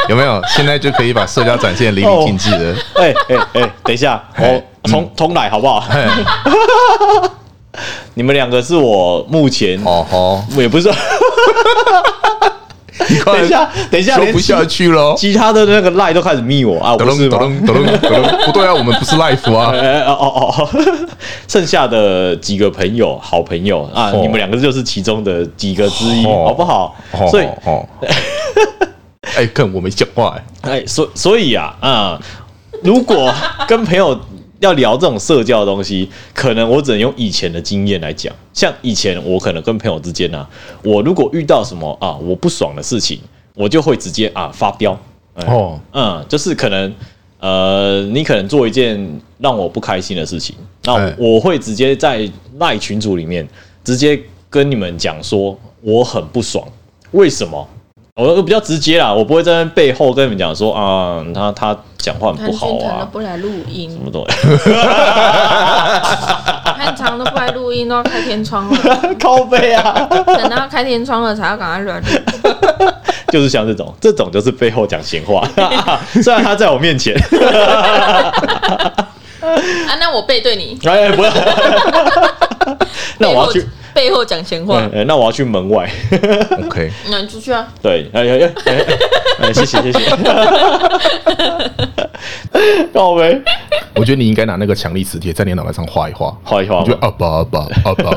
Speaker 2: 有没有？现在就可以把社交展现淋漓尽致了。
Speaker 1: 哎哎哎，等一下，我
Speaker 2: 哎
Speaker 1: 重重来好不好？
Speaker 2: 嘿
Speaker 1: 你们两个是我目前，
Speaker 2: 哦吼，
Speaker 1: 我也不是说，
Speaker 2: 你快
Speaker 1: 等一下，等一下，
Speaker 2: 说
Speaker 1: 连
Speaker 2: 不下
Speaker 1: 其
Speaker 2: 去喽。
Speaker 1: 其他的那个赖都开始密我啊，我
Speaker 2: 抖
Speaker 1: 不是
Speaker 2: 隆
Speaker 1: 吗
Speaker 2: 抖？隆抖隆抖隆，不对啊，我们不是 life
Speaker 1: 哎
Speaker 2: 啊。
Speaker 1: 哎哦哦哦哦， 剩下的几个朋友，好朋友啊，
Speaker 2: 哦
Speaker 1: 你们两个就是其中的几个之一，
Speaker 2: 哦
Speaker 1: 好不好？所以
Speaker 2: 哦哦， 哎，看我没讲话哎。
Speaker 1: 哎，所所以啊，啊、如果跟朋友要聊这种社交的东西，可能我只能用以前的经验来讲。像以前我可能跟朋友之间啊，我如果遇到什么啊我不爽的事情，我就会直接啊发飙。哎
Speaker 2: 哦，
Speaker 1: 嗯，就是可能呃，你可能做一件让我不开心的事情，那
Speaker 2: 哎
Speaker 1: 我会直接在赖群组里面直接跟你们讲说我很不爽，为什么？我比较直接啦，我不会在那背后跟你们讲说啊，他他讲话很不好啊，
Speaker 3: 不来录
Speaker 1: 什
Speaker 3: 音，
Speaker 1: 么东啊
Speaker 3: 潘长都不来录音，都要开天窗了，
Speaker 1: 西， 靠背啊，
Speaker 3: 等到开天窗了才要赶快来录。
Speaker 1: 就是像这种，这种就是背后讲闲话， 虽然他在我面前，
Speaker 3: 啊，那我背对你，
Speaker 1: 哎，不 要，那我要去，
Speaker 3: 背后讲闲话
Speaker 1: 嗯，嗯那我要去门外。
Speaker 2: OK，
Speaker 3: 那你出去啊。
Speaker 1: 对，哎哎哎哎哎哎，谢谢谢谢。告白，
Speaker 2: 我觉得你应该拿那个强力磁铁在你脑袋上画一画，
Speaker 1: 画一画
Speaker 2: 我觉
Speaker 1: 吗
Speaker 2: 得？啊吧啊吧啊 吧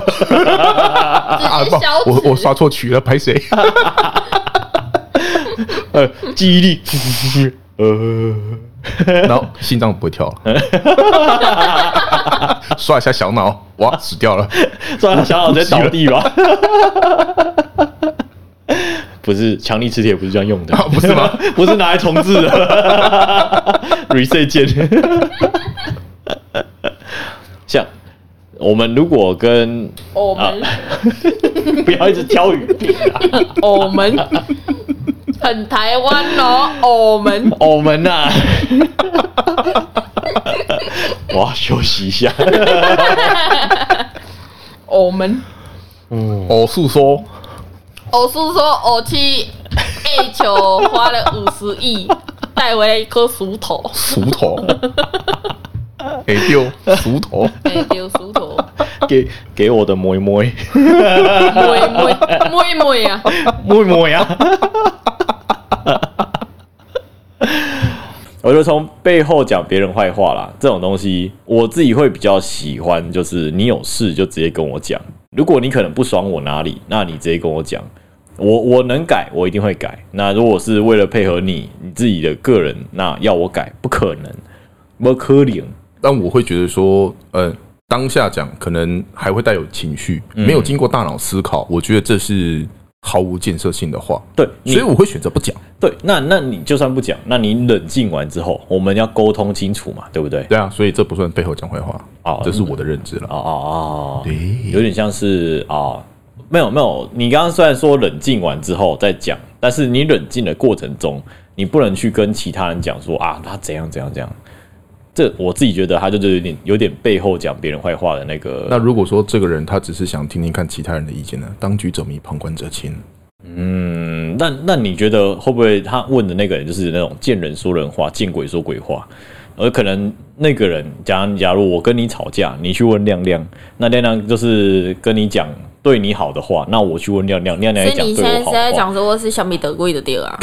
Speaker 2: 啊
Speaker 3: 直接
Speaker 2: 吧
Speaker 3: 消，
Speaker 2: 我
Speaker 3: 脂
Speaker 2: 我刷错曲了，拍 谁？
Speaker 1: 呃，记忆力， 呃，
Speaker 2: 然后心脏不会 跳了，刷一下小脑，哇，死掉了。
Speaker 1: 算了，小脑直接倒地吧。 不是强力磁铁不是这样 用的，
Speaker 2: 啊不是吗？
Speaker 1: 不是拿来重置的，reset 键。 像我们如果跟
Speaker 3: 我
Speaker 1: 们
Speaker 3: 们，
Speaker 1: 不要一直挑语病啊，
Speaker 3: 我们很台湾哦，我们
Speaker 1: 我们呐、 我要休息一下。
Speaker 3: 我们，
Speaker 2: 偶哦诉说，
Speaker 3: 我叔说我去 A 球花了五十亿，带回来一颗石头，
Speaker 2: 熟 头，给丢熟头，
Speaker 3: 哎，丢石头，
Speaker 1: 给给我的摸一 摸，
Speaker 3: 摸一摸，摸一摸呀，
Speaker 1: 摸一摸
Speaker 2: 啊
Speaker 1: 呀！ 我就从背后讲别人坏话啦，这种东西我自己会比较喜欢，就是你有事就直接跟我讲。如果你可能不爽我哪里，那你直接跟我讲，我我能改，我一定会改。那如果是为了配合你你自己的个人，那要我改不可能，不可能。
Speaker 2: 但我会觉得说，呃，
Speaker 1: 嗯
Speaker 2: 当下讲可能还会带有情绪，没有经过大脑思考，我觉得这是毫无建设性的话，
Speaker 1: 对你
Speaker 2: 所以我会选择不讲。
Speaker 1: 对，那那你就算不讲，那你冷静完之后，我们要沟通清楚嘛，对不对？
Speaker 2: 对啊，所以这不算背后讲坏话
Speaker 1: 哦
Speaker 2: 这是我的认知了。
Speaker 1: 哦哦哦，
Speaker 2: 对
Speaker 1: 有点像是哦，没有没有，你刚刚虽然说冷静完之后再讲，但是你冷静的过程中，你不能去跟其他人讲说啊，他怎样怎样怎样。这我自己觉得，他就是有点有点背后讲别人坏话的那个。
Speaker 2: 那如果说这个人他只是想听听看其他人的意见呢？当局者迷，旁观者清。
Speaker 1: 嗯，那那你觉得会不会他问的那个人就是那种见人说人话，见鬼说鬼话？而可能那个人，假如假如我跟你吵架，你去问亮亮，那亮亮就是跟你讲对你好的话，那我去问亮亮，亮亮
Speaker 4: 所
Speaker 1: 也
Speaker 4: 以
Speaker 1: 哎讲
Speaker 4: 你
Speaker 1: 对
Speaker 4: 现在
Speaker 1: 我
Speaker 4: 是
Speaker 1: 好
Speaker 4: 在
Speaker 1: 的话。
Speaker 4: 讲说我是小米得贵的店啊？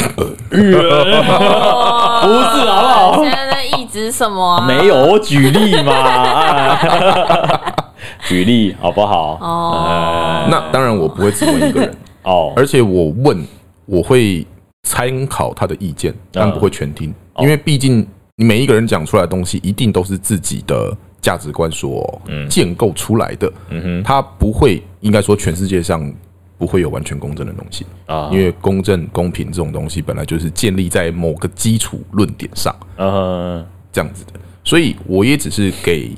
Speaker 1: 不是好不好？
Speaker 4: 现在在一直什么、啊？
Speaker 1: 哦没有，我举例嘛，啊 举例好不好？
Speaker 4: 哦
Speaker 1: 哎
Speaker 2: 那当然我不会只问一个人，
Speaker 1: 哦，
Speaker 2: 而且我问我会参考他的意见，但不会全听，因为毕竟你每一个人讲出来的东西，一定都是自己的价值观所建构出来的。嗯嗯哼，他不会，应该说全世界上。不会有完全公正的东西
Speaker 1: 啊
Speaker 2: 因为公正、公平这种东西本来就是建立在某个基础论点上。
Speaker 1: 嗯
Speaker 2: 这样子的，所以我也只是给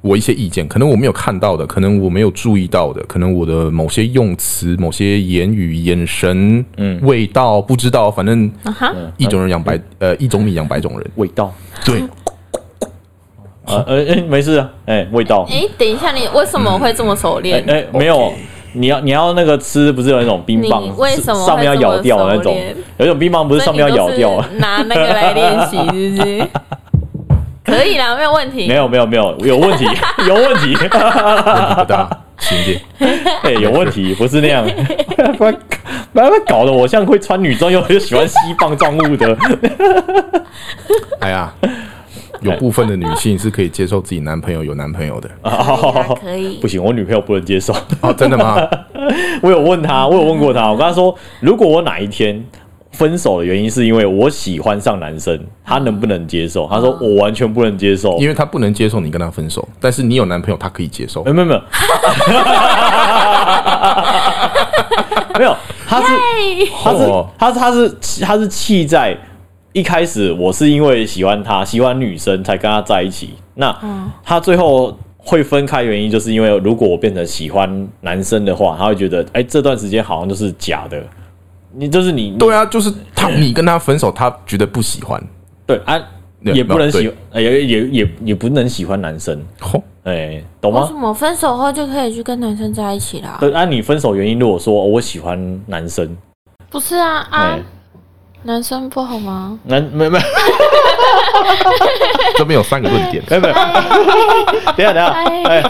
Speaker 2: 我一些意见，可能我没有看到的，可能我没有注意到的，可能我的某些用词、某些言语、眼神、嗯、味道，不知道，反正
Speaker 4: 啊哈，
Speaker 2: 一种人养百，呃，一种米养百种人。
Speaker 1: 味道，
Speaker 2: 对，
Speaker 1: 呃呃，哎没事啊，哎，味道，
Speaker 4: 哎、等一下，你为什么会这么熟
Speaker 1: 哎
Speaker 4: 练？
Speaker 1: 哎，没有，你要你要那个吃，不是有那种冰棒
Speaker 4: 你，为什么
Speaker 1: 是上面要咬掉的那
Speaker 4: 会这
Speaker 1: 种
Speaker 4: 么熟练，
Speaker 1: 有一种冰棒不是
Speaker 4: 所
Speaker 1: 上
Speaker 4: 以
Speaker 1: 面
Speaker 4: 你都
Speaker 1: 要咬
Speaker 4: 是
Speaker 1: 掉，啊
Speaker 4: 拿那个来练习，是不 是？可以啦，没有问题。
Speaker 1: 没有没有没有，有问题有问题，
Speaker 2: 问题不大，行一点。
Speaker 1: 哎，有问题，不是那 样，不然不然搞得我像会穿女装又又喜欢西棒撞物的，
Speaker 2: 哎呀，有部分的女性是可以接受自己男朋友有男朋友的。
Speaker 1: 啊
Speaker 4: 啦可以
Speaker 1: 不行，我女朋友不能接受。
Speaker 2: 哦，真的吗？
Speaker 1: 我有问他，我有问过他，我跟他说，如果我哪一天分手的原因是因为我喜欢上男生，他能不能接受？他说
Speaker 4: 嗯
Speaker 1: 我完全不能接受，
Speaker 2: 因为她不能接受你跟她分手，但是你有男朋友，她可以接受
Speaker 1: 没。有没有没有，没有，他是他是
Speaker 2: 哦
Speaker 1: 他是他是气他是气在一开始我是因为喜欢他，喜欢女生才跟他在一起。那他最后会分开原因，就是因为如果我变成喜欢男生的话，他会觉得哎、这段时间好像就是假的，你就是你你
Speaker 2: 对啊，就是她，你跟她分手，她觉得不喜欢。
Speaker 1: 对啊，
Speaker 2: 对
Speaker 1: 也不能喜
Speaker 2: 对
Speaker 1: 哎也也也也不能喜欢男生，
Speaker 2: 吼
Speaker 1: 哎、懂
Speaker 3: 哦
Speaker 4: 为什
Speaker 1: 吗？
Speaker 4: 么分手后就可以去跟男生在一起啦？
Speaker 1: 对，啊按、你分手原因，如果说、哦我喜欢男生，
Speaker 4: 不是啊
Speaker 1: 哎、
Speaker 4: 啊，男生不好吗？
Speaker 1: 男没没
Speaker 2: 这边有三个论点。
Speaker 1: 没没， 等一下等一下，哎、哎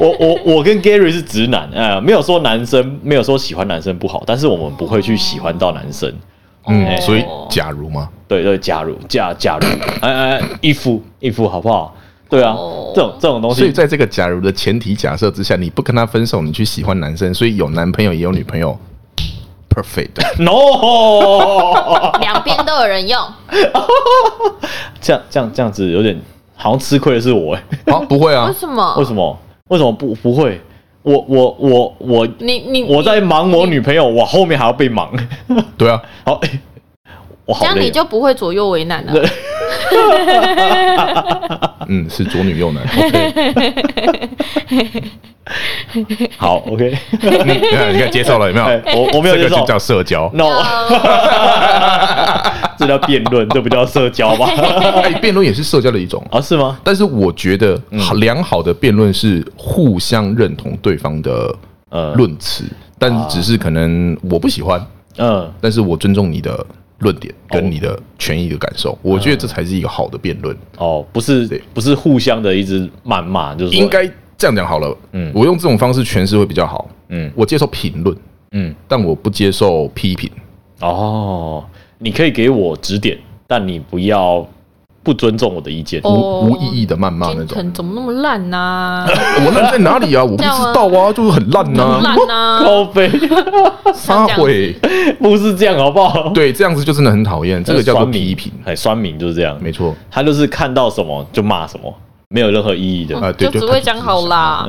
Speaker 1: 我我我跟 Gary 是直男，哎、没有说男生，没有说喜欢男生不好，但是我们不会去喜欢到男生。哦
Speaker 2: 嗯，所以假如吗？
Speaker 1: 对对，假如假假如，哎哎，一夫一夫好不好？对啊，
Speaker 4: 哦
Speaker 1: 这种这种东
Speaker 2: 所以
Speaker 1: 西，
Speaker 2: 在这个假如的前提假设之下，你不跟他分手，你去喜欢男生，所以有男朋友也有女朋友，perfect。
Speaker 1: no，
Speaker 4: 两边都有人用，
Speaker 1: 啊这样这样这样子有点好像吃亏的是我哎、
Speaker 2: 好，不会
Speaker 4: 为
Speaker 2: 啊，
Speaker 4: 什么？
Speaker 1: 为什么为什么不不会？我我我我
Speaker 4: 你你
Speaker 1: 我在忙我女朋友，我后面还要被忙，
Speaker 2: 对啊，
Speaker 1: 好， 哎我
Speaker 4: 这
Speaker 1: 好
Speaker 4: 样
Speaker 1: 累
Speaker 4: 你
Speaker 1: 哦。
Speaker 4: 就不会左右为难了。
Speaker 2: 嗯，是左女右 男。OK，
Speaker 1: 好，OK，
Speaker 2: 嗯你看，你看，接受了有没
Speaker 1: 哎
Speaker 2: 有？
Speaker 1: 我我没有接
Speaker 2: 这个
Speaker 1: 受
Speaker 2: 就叫社交。
Speaker 1: ，no，这 叫辩论，这不叫社交吧？
Speaker 2: 哎，辩论也是社交的一种。
Speaker 1: 啊，是吗？
Speaker 2: 但是我觉得
Speaker 1: 嗯
Speaker 2: 良好的辩论是互相认同对方的
Speaker 1: 嗯
Speaker 2: 论词，但只是可能我不喜欢，
Speaker 1: 嗯，
Speaker 2: 但是我尊重你的论点跟你的权益的感受，我觉得这才是一个好的辩论。
Speaker 1: 哦，不是
Speaker 2: 对，
Speaker 1: 不是互相的一直谩骂，就是说
Speaker 2: 应，该这样讲好了，嗯，我用这种方式诠释会比较好。
Speaker 1: 嗯
Speaker 2: 我接受评论，
Speaker 1: 嗯，
Speaker 2: 但我不接受批评。
Speaker 1: 哦，你可以给我指点，但你不要不尊重我的意 见。
Speaker 4: 哦
Speaker 2: 无无意义的谩骂那
Speaker 4: 君
Speaker 2: 种，
Speaker 4: 腾怎么那么烂呐？
Speaker 2: 我烂在哪里啊？我不知道啊，就是很烂呐、
Speaker 4: 烂呐！
Speaker 1: 高飞
Speaker 2: 撒毁，
Speaker 1: 不是这样，好不好？
Speaker 2: 对，这样子就真的很讨厌，这个叫做
Speaker 1: 酸民
Speaker 2: 批评，
Speaker 1: 哎，酸民就是这样，
Speaker 2: 没错。
Speaker 1: 他就是看到什么就骂什么，没有任何意义的。
Speaker 2: 啊对
Speaker 5: 就
Speaker 2: 就
Speaker 5: 只会讲好啦，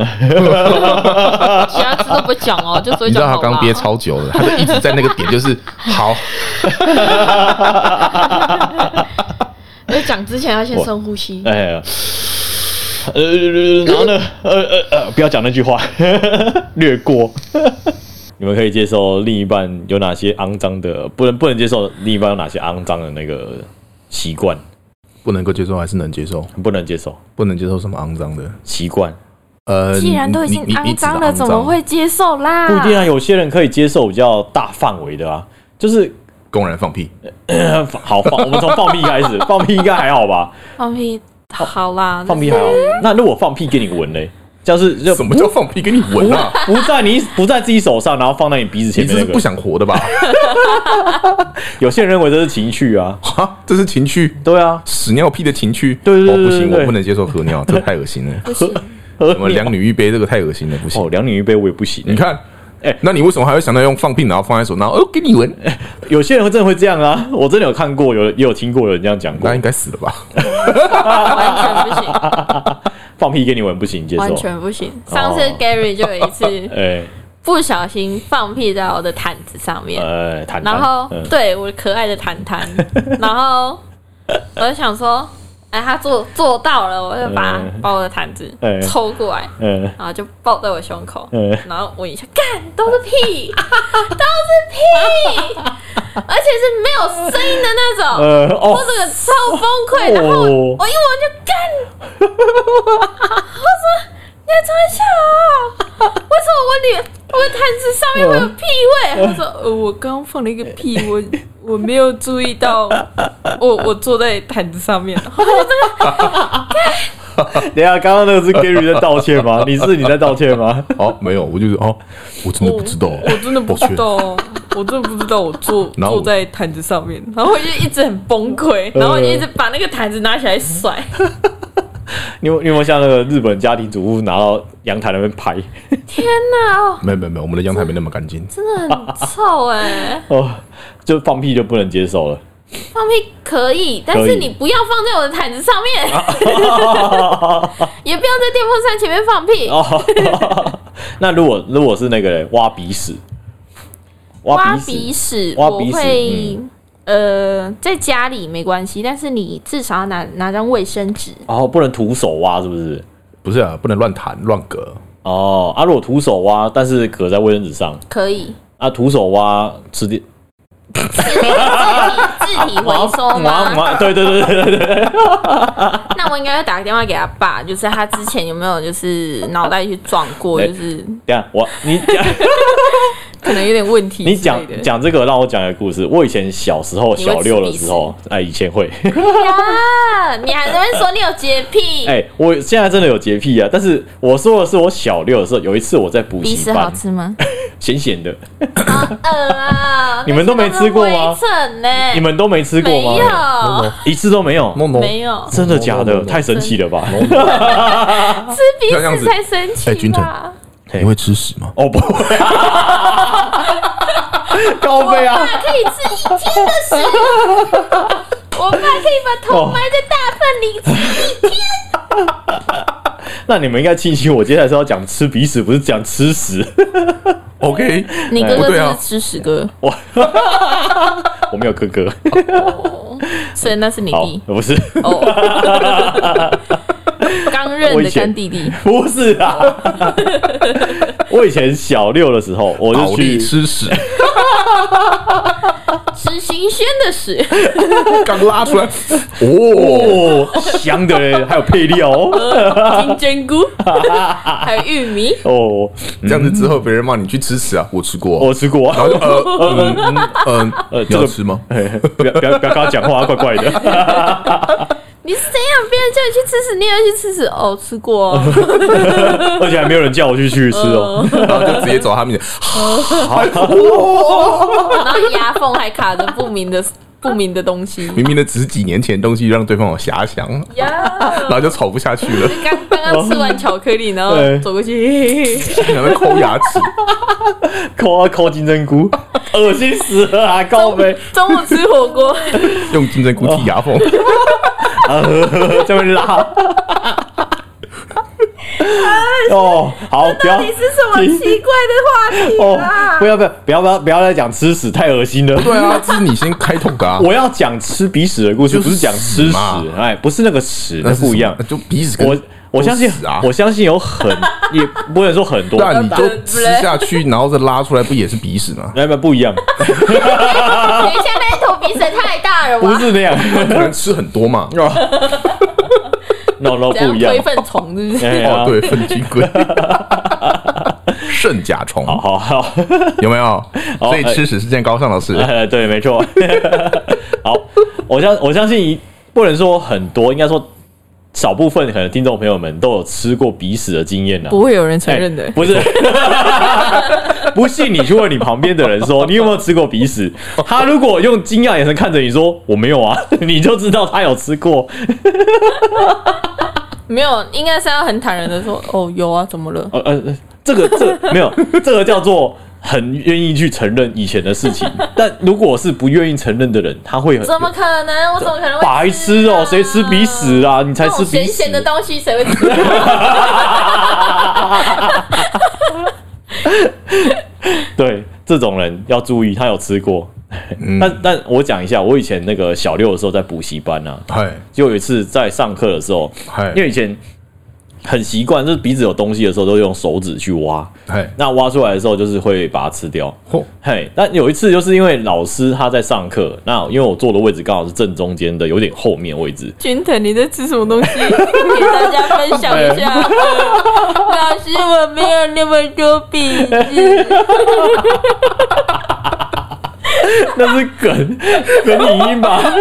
Speaker 5: 其他字都不讲哦，就只会
Speaker 2: 你知
Speaker 5: 讲
Speaker 2: 道
Speaker 5: 好啦。
Speaker 2: 他刚憋超久了，他就一直在那个点，就是 好，
Speaker 5: 因为讲之前要先深呼吸，
Speaker 1: 哎呀，呃，然后呢，呃呃呃，不要讲那句话，略过。你们可以接受另一半有哪些肮脏的，不能不能接受另一半有哪些肮脏的那个习惯，
Speaker 2: 不能够接受还是能接受？
Speaker 1: 不能接受
Speaker 2: 不能接受什么肮脏的？
Speaker 1: 习惯，
Speaker 2: 呃，
Speaker 3: 既然都已
Speaker 2: 你
Speaker 3: 经
Speaker 2: 你你
Speaker 3: 肮
Speaker 2: 你指的
Speaker 3: 脏了，怎么会接受啦？
Speaker 1: 不一定啊。有些人可以接受比较大范围的啊，就是
Speaker 2: 公然放屁？
Speaker 1: 呃好放，我们从放屁开始，放屁应该还好吧？
Speaker 3: 放屁，好啦，
Speaker 1: 放哦屁还好。那如果放屁给你闻嘞，就是就
Speaker 2: 什么叫放屁？给你闻啊！
Speaker 1: 不在你不在自己手上，然后放在你鼻子前面
Speaker 2: 你这
Speaker 1: 那
Speaker 2: 是
Speaker 1: 个
Speaker 2: 不，想活的吧？
Speaker 1: 有些人认为这是情趣啊，
Speaker 2: 啊，这是情趣，
Speaker 1: 对啊，
Speaker 2: 屎尿屁的情趣。
Speaker 1: 对对对
Speaker 2: 哦，不
Speaker 1: 对
Speaker 2: 行，
Speaker 1: 对
Speaker 2: 我不能接受喝尿，这个太恶心了。
Speaker 3: 不行，
Speaker 1: 喝
Speaker 2: 什么两女一杯，这个太恶心了，不行
Speaker 1: 哦，。两女一杯我也不行、
Speaker 2: 你看，
Speaker 1: 哎
Speaker 2: 那你为什么还会想到用放屁，然后放在手，然后哦给你闻？
Speaker 1: 有些人会真的会这样啊，我真的有看过，有也有听过有人这样讲过
Speaker 2: 那，应该死了吧？
Speaker 3: 完全不行，
Speaker 1: 放屁给你闻不行，接受哦
Speaker 3: 完。全不行。上次 Gary 就有一 次
Speaker 1: 哎
Speaker 3: 不小心放屁在我的毯子上面，
Speaker 1: 呃，谈
Speaker 3: 然后
Speaker 1: 嗯
Speaker 3: 对我可爱的毯毯， 然后我就想说，哎，他做做到了，我就把
Speaker 1: 嗯
Speaker 3: 把我的毯子
Speaker 1: 嗯
Speaker 3: 抽过来，
Speaker 1: 嗯
Speaker 3: 然后就抱在我胸口，
Speaker 1: 嗯
Speaker 3: 然后闻一下，干都是 屁，都是屁，而且是没有声音的那种。
Speaker 1: 呃哦
Speaker 3: 我，这个超崩溃，然后我一
Speaker 1: 哦
Speaker 3: 闻就干，我说你要穿下啊？为什么我脸我的毯子上面会有屁味？他说呃，我刚放了一个屁，我我没有注意到，我我坐在毯子上面，
Speaker 1: 等一下刚刚那个是 Gary 在道歉 吗？你是你在道歉吗？
Speaker 2: 哦，没有，我就是哦，我真的不知道，
Speaker 6: 我真的不
Speaker 2: 抱歉
Speaker 6: 知道，
Speaker 3: 哦
Speaker 6: 我真的不知道我坐
Speaker 2: 然后我
Speaker 6: 坐在毯子上面，
Speaker 3: 然后我就一直很崩溃，然后我就一直把那个毯子拿起来甩，
Speaker 1: 你有你有没有像那个日本家庭主妇拿到阳台那边拍？
Speaker 3: 天哪，哦
Speaker 2: 没有没有没有，我们的阳台没那么干净。
Speaker 3: 真的很臭哎、
Speaker 1: 哦，就放屁就不能接受了。
Speaker 3: 放屁可以，但
Speaker 1: 可以啊
Speaker 3: 是你不要放在我的毯子上面， 也不要在电风扇前面放屁。
Speaker 1: 哦， 那如果如果是那个嘞挖鼻屎，
Speaker 3: 挖
Speaker 1: 屎
Speaker 3: 鼻屎，
Speaker 1: 挖
Speaker 3: 我
Speaker 1: 鼻屎嗯
Speaker 3: 会、呃在家里没关系，但是你至少要拿拿张卫生纸。
Speaker 1: 哦，不能徒手挖，是不是？
Speaker 2: 不是啊，不能乱弹乱隔。
Speaker 1: 哦，啊，如果徒手挖，但是搁在卫生纸上，
Speaker 3: 可以
Speaker 1: 啊，徒手挖吃点啊
Speaker 3: 自体回收
Speaker 1: 麻
Speaker 3: 吗？
Speaker 1: 麻，啊对对对对对 对，
Speaker 3: 那我应该要打个电话给他爸，就是他之前有没有就是脑袋去撞 过，
Speaker 1: 哎
Speaker 3: 就是
Speaker 1: 这样我你讲
Speaker 6: 可能有点问题
Speaker 1: 你
Speaker 6: 之类
Speaker 1: 讲
Speaker 6: 的。
Speaker 1: 讲这个，让我讲一个故事。我以前小时候
Speaker 3: 你会
Speaker 1: 小六的
Speaker 3: 吃鼻
Speaker 1: 时候，哎，以前会，
Speaker 3: 呀，你还在那边说你有洁癖，
Speaker 1: 哎，我现在真的有洁癖啊，但是我说的是我小六的时候，有一次我在补
Speaker 3: 鼻
Speaker 1: 习
Speaker 3: 屎好
Speaker 1: 班，
Speaker 3: 吃吗？
Speaker 1: 咸咸的，
Speaker 3: 呃啊，
Speaker 1: 你们都没吃过吗
Speaker 3: 那些都是灰尘呢？
Speaker 1: 你们都没吃过
Speaker 3: 哎没
Speaker 1: 吗？
Speaker 3: 有，
Speaker 1: 一次啊都没有，
Speaker 2: no no，
Speaker 3: 没有
Speaker 1: 真的假
Speaker 2: 没有没
Speaker 1: 的？
Speaker 2: 有
Speaker 1: 太神奇了吧！
Speaker 3: 吃鼻
Speaker 2: 这样
Speaker 3: 屎
Speaker 2: 子
Speaker 3: 才神
Speaker 2: 哎
Speaker 3: 奇
Speaker 2: 君臣
Speaker 3: 吧？
Speaker 1: 嘿
Speaker 2: 你会吃屎吗？
Speaker 1: 哦，不会 啊，高飞啊！
Speaker 3: 可以吃一天的食物，我爸可以把头埋在大粪里吃。
Speaker 1: 那你们应该庆幸我接下来是要讲吃鼻屎，不是讲吃屎。
Speaker 2: OK，
Speaker 3: 你哥
Speaker 2: 不
Speaker 3: 哥
Speaker 2: 对
Speaker 3: 是
Speaker 2: 啊
Speaker 3: 不是吃屎哥，
Speaker 1: 哦我没有哥哥，
Speaker 3: 所以那是你
Speaker 1: 好
Speaker 3: 弟，
Speaker 1: 不是，
Speaker 3: 哦，刚认的干弟弟。
Speaker 1: 不是啊。我以前小六的时候，我
Speaker 2: 倒
Speaker 1: 就
Speaker 2: 立
Speaker 1: 去，
Speaker 2: 吃屎，
Speaker 3: 吃新鲜的 屎，
Speaker 2: 刚拉出来，哦，
Speaker 1: 哦，香的嘞，还有配料哦。
Speaker 3: 金针菇，还有玉米，
Speaker 1: 哦，
Speaker 2: 这样子之后别人骂你去吃屎啊，我吃过
Speaker 1: 我
Speaker 2: 啊，
Speaker 1: 吃过
Speaker 2: 然。后就呃嗯 嗯
Speaker 1: 哦呃
Speaker 2: 嗯，你
Speaker 1: 这个
Speaker 2: 要吃吗？
Speaker 1: 嘿 不要不要不要跟他讲话，怪怪的。
Speaker 3: 你是怎样？别人叫你去吃屎，你也要去吃屎？哦，吃过哦，
Speaker 1: 而且还没有人叫我去去吃哦。
Speaker 2: 然后就直接走他面 前，
Speaker 3: 然后牙缝还卡着不 明的不明的东西。
Speaker 2: 明明的只是几年前的东西，让对方有遐想，
Speaker 3: 呀，
Speaker 2: 然后就吵不下去 了，
Speaker 3: 刚刚刚吃完巧克力，然后
Speaker 1: 对
Speaker 3: 走过去，嘿嘿嘿
Speaker 2: 然后抠牙齿，
Speaker 1: 抠啊抠金针菇，恶心死了啊！高飞，
Speaker 3: 中午吃火 锅，
Speaker 1: 哦啊
Speaker 2: 用金针菇剔牙缝，
Speaker 1: 这边拉。哦，好，不要
Speaker 4: 你是什么奇怪的话
Speaker 1: 哦
Speaker 4: 题啊？，
Speaker 1: 不要不要不要不要不要再讲吃屎，太恶心了。
Speaker 2: 对啊，这是你先开痛噶、啊，
Speaker 1: 我要讲吃鼻屎的故事，
Speaker 2: 就
Speaker 1: 不是讲吃
Speaker 2: 屎
Speaker 1: 屎
Speaker 2: 嘛，
Speaker 1: 哎，不是那个屎，那
Speaker 2: 是什么
Speaker 1: 不一样。
Speaker 2: 就鼻子跟
Speaker 1: 我我相信
Speaker 2: 都屎啊，
Speaker 1: 我相信有 很也不能说很多，
Speaker 2: 那啊你就吃下去，然后再拉出来，不也是鼻屎吗？
Speaker 1: 那不不一 样，
Speaker 3: 你下面头鼻水太大了
Speaker 1: 不
Speaker 3: 吧？
Speaker 1: 是那 样
Speaker 2: 可能吃很 多嘛。
Speaker 1: 哦，no no
Speaker 4: 怎
Speaker 1: 不一
Speaker 4: 样推。
Speaker 1: 样
Speaker 4: 粪虫是不是？
Speaker 1: 哎呀
Speaker 2: 哦，，对，粪金 龟、肾甲虫，
Speaker 1: 好好好，
Speaker 2: 有没有？所以
Speaker 1: 哎
Speaker 2: 吃屎是件高尚的事。
Speaker 1: 哎对，没错。 好，我相我相信一不能说很多，应该说少部分可能听众朋友们都有吃过鼻屎的经验呢。啊
Speaker 4: 不会有人承认的
Speaker 1: 哎。不是， 不信你去问你旁边的人说你有没有吃过鼻屎？他如果用惊讶眼神看着你说我没有啊， 你就知道他有吃过。
Speaker 4: 没有，应该是要很坦然的说，哦，有啊，怎么了？
Speaker 1: 呃呃，呃这个这个、 没有，这个叫做很愿意去承认以前 的事情。但如果是不愿意承认的人，他会很
Speaker 3: 怎么可能？我怎么可能会、
Speaker 1: 白痴哦、谁吃鼻？屎啊？你才
Speaker 3: 那
Speaker 1: 吃
Speaker 3: 种
Speaker 1: 鼻
Speaker 3: 咸
Speaker 1: 屎
Speaker 3: 咸的东西谁会吃？
Speaker 1: 对，这种人要注意，他有吃过。
Speaker 2: 嗯
Speaker 4: 嗯
Speaker 1: 但但我讲一下，我以前那个小六的时候在补习班啊，
Speaker 2: 嗨
Speaker 1: 就有一次在上课的时候，
Speaker 2: 嗨
Speaker 1: 因为以前很习惯，就是鼻子有东西的时候都用手指去挖，
Speaker 2: 嗨，
Speaker 1: 那挖出来的时候就是会把它吃掉。
Speaker 2: 嚯，
Speaker 1: 嘿，那有一次就是因为老师他在上课，那因为我坐的位置刚好是正中间的，有点后面位置，
Speaker 4: 君腾，你在吃什么东 西？给大家分享一下。
Speaker 1: 哎
Speaker 4: 呃老师，我没有那么多 笔记。
Speaker 1: 那是梗梗影音吧？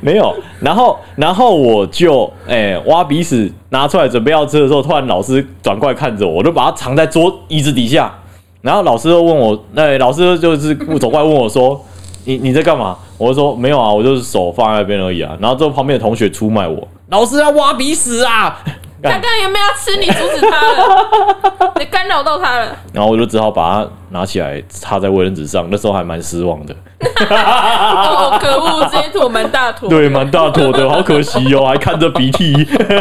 Speaker 1: 没有，然后然后我就哎、挖鼻屎拿出来准备要吃的时候，突然老师转过来看着我，我就把它藏在桌椅子底下。然后老师就问我，那、老师就是走过来问我说：“你你在干嘛？”我就说：“没有啊，我就是手放在那边而已啊。”然后之后旁边的同学出卖我，老师要挖鼻屎啊！
Speaker 4: 他刚刚有没有要吃你？阻止他了，你干扰到他了。
Speaker 1: 然后我就只好把它拿起来插在卫生纸上，那时候还蛮失望的。
Speaker 4: 哦，可恶，这一坨蛮大坨。
Speaker 1: 啊对，蛮大坨的，好可惜哦，还看着鼻涕。
Speaker 3: 好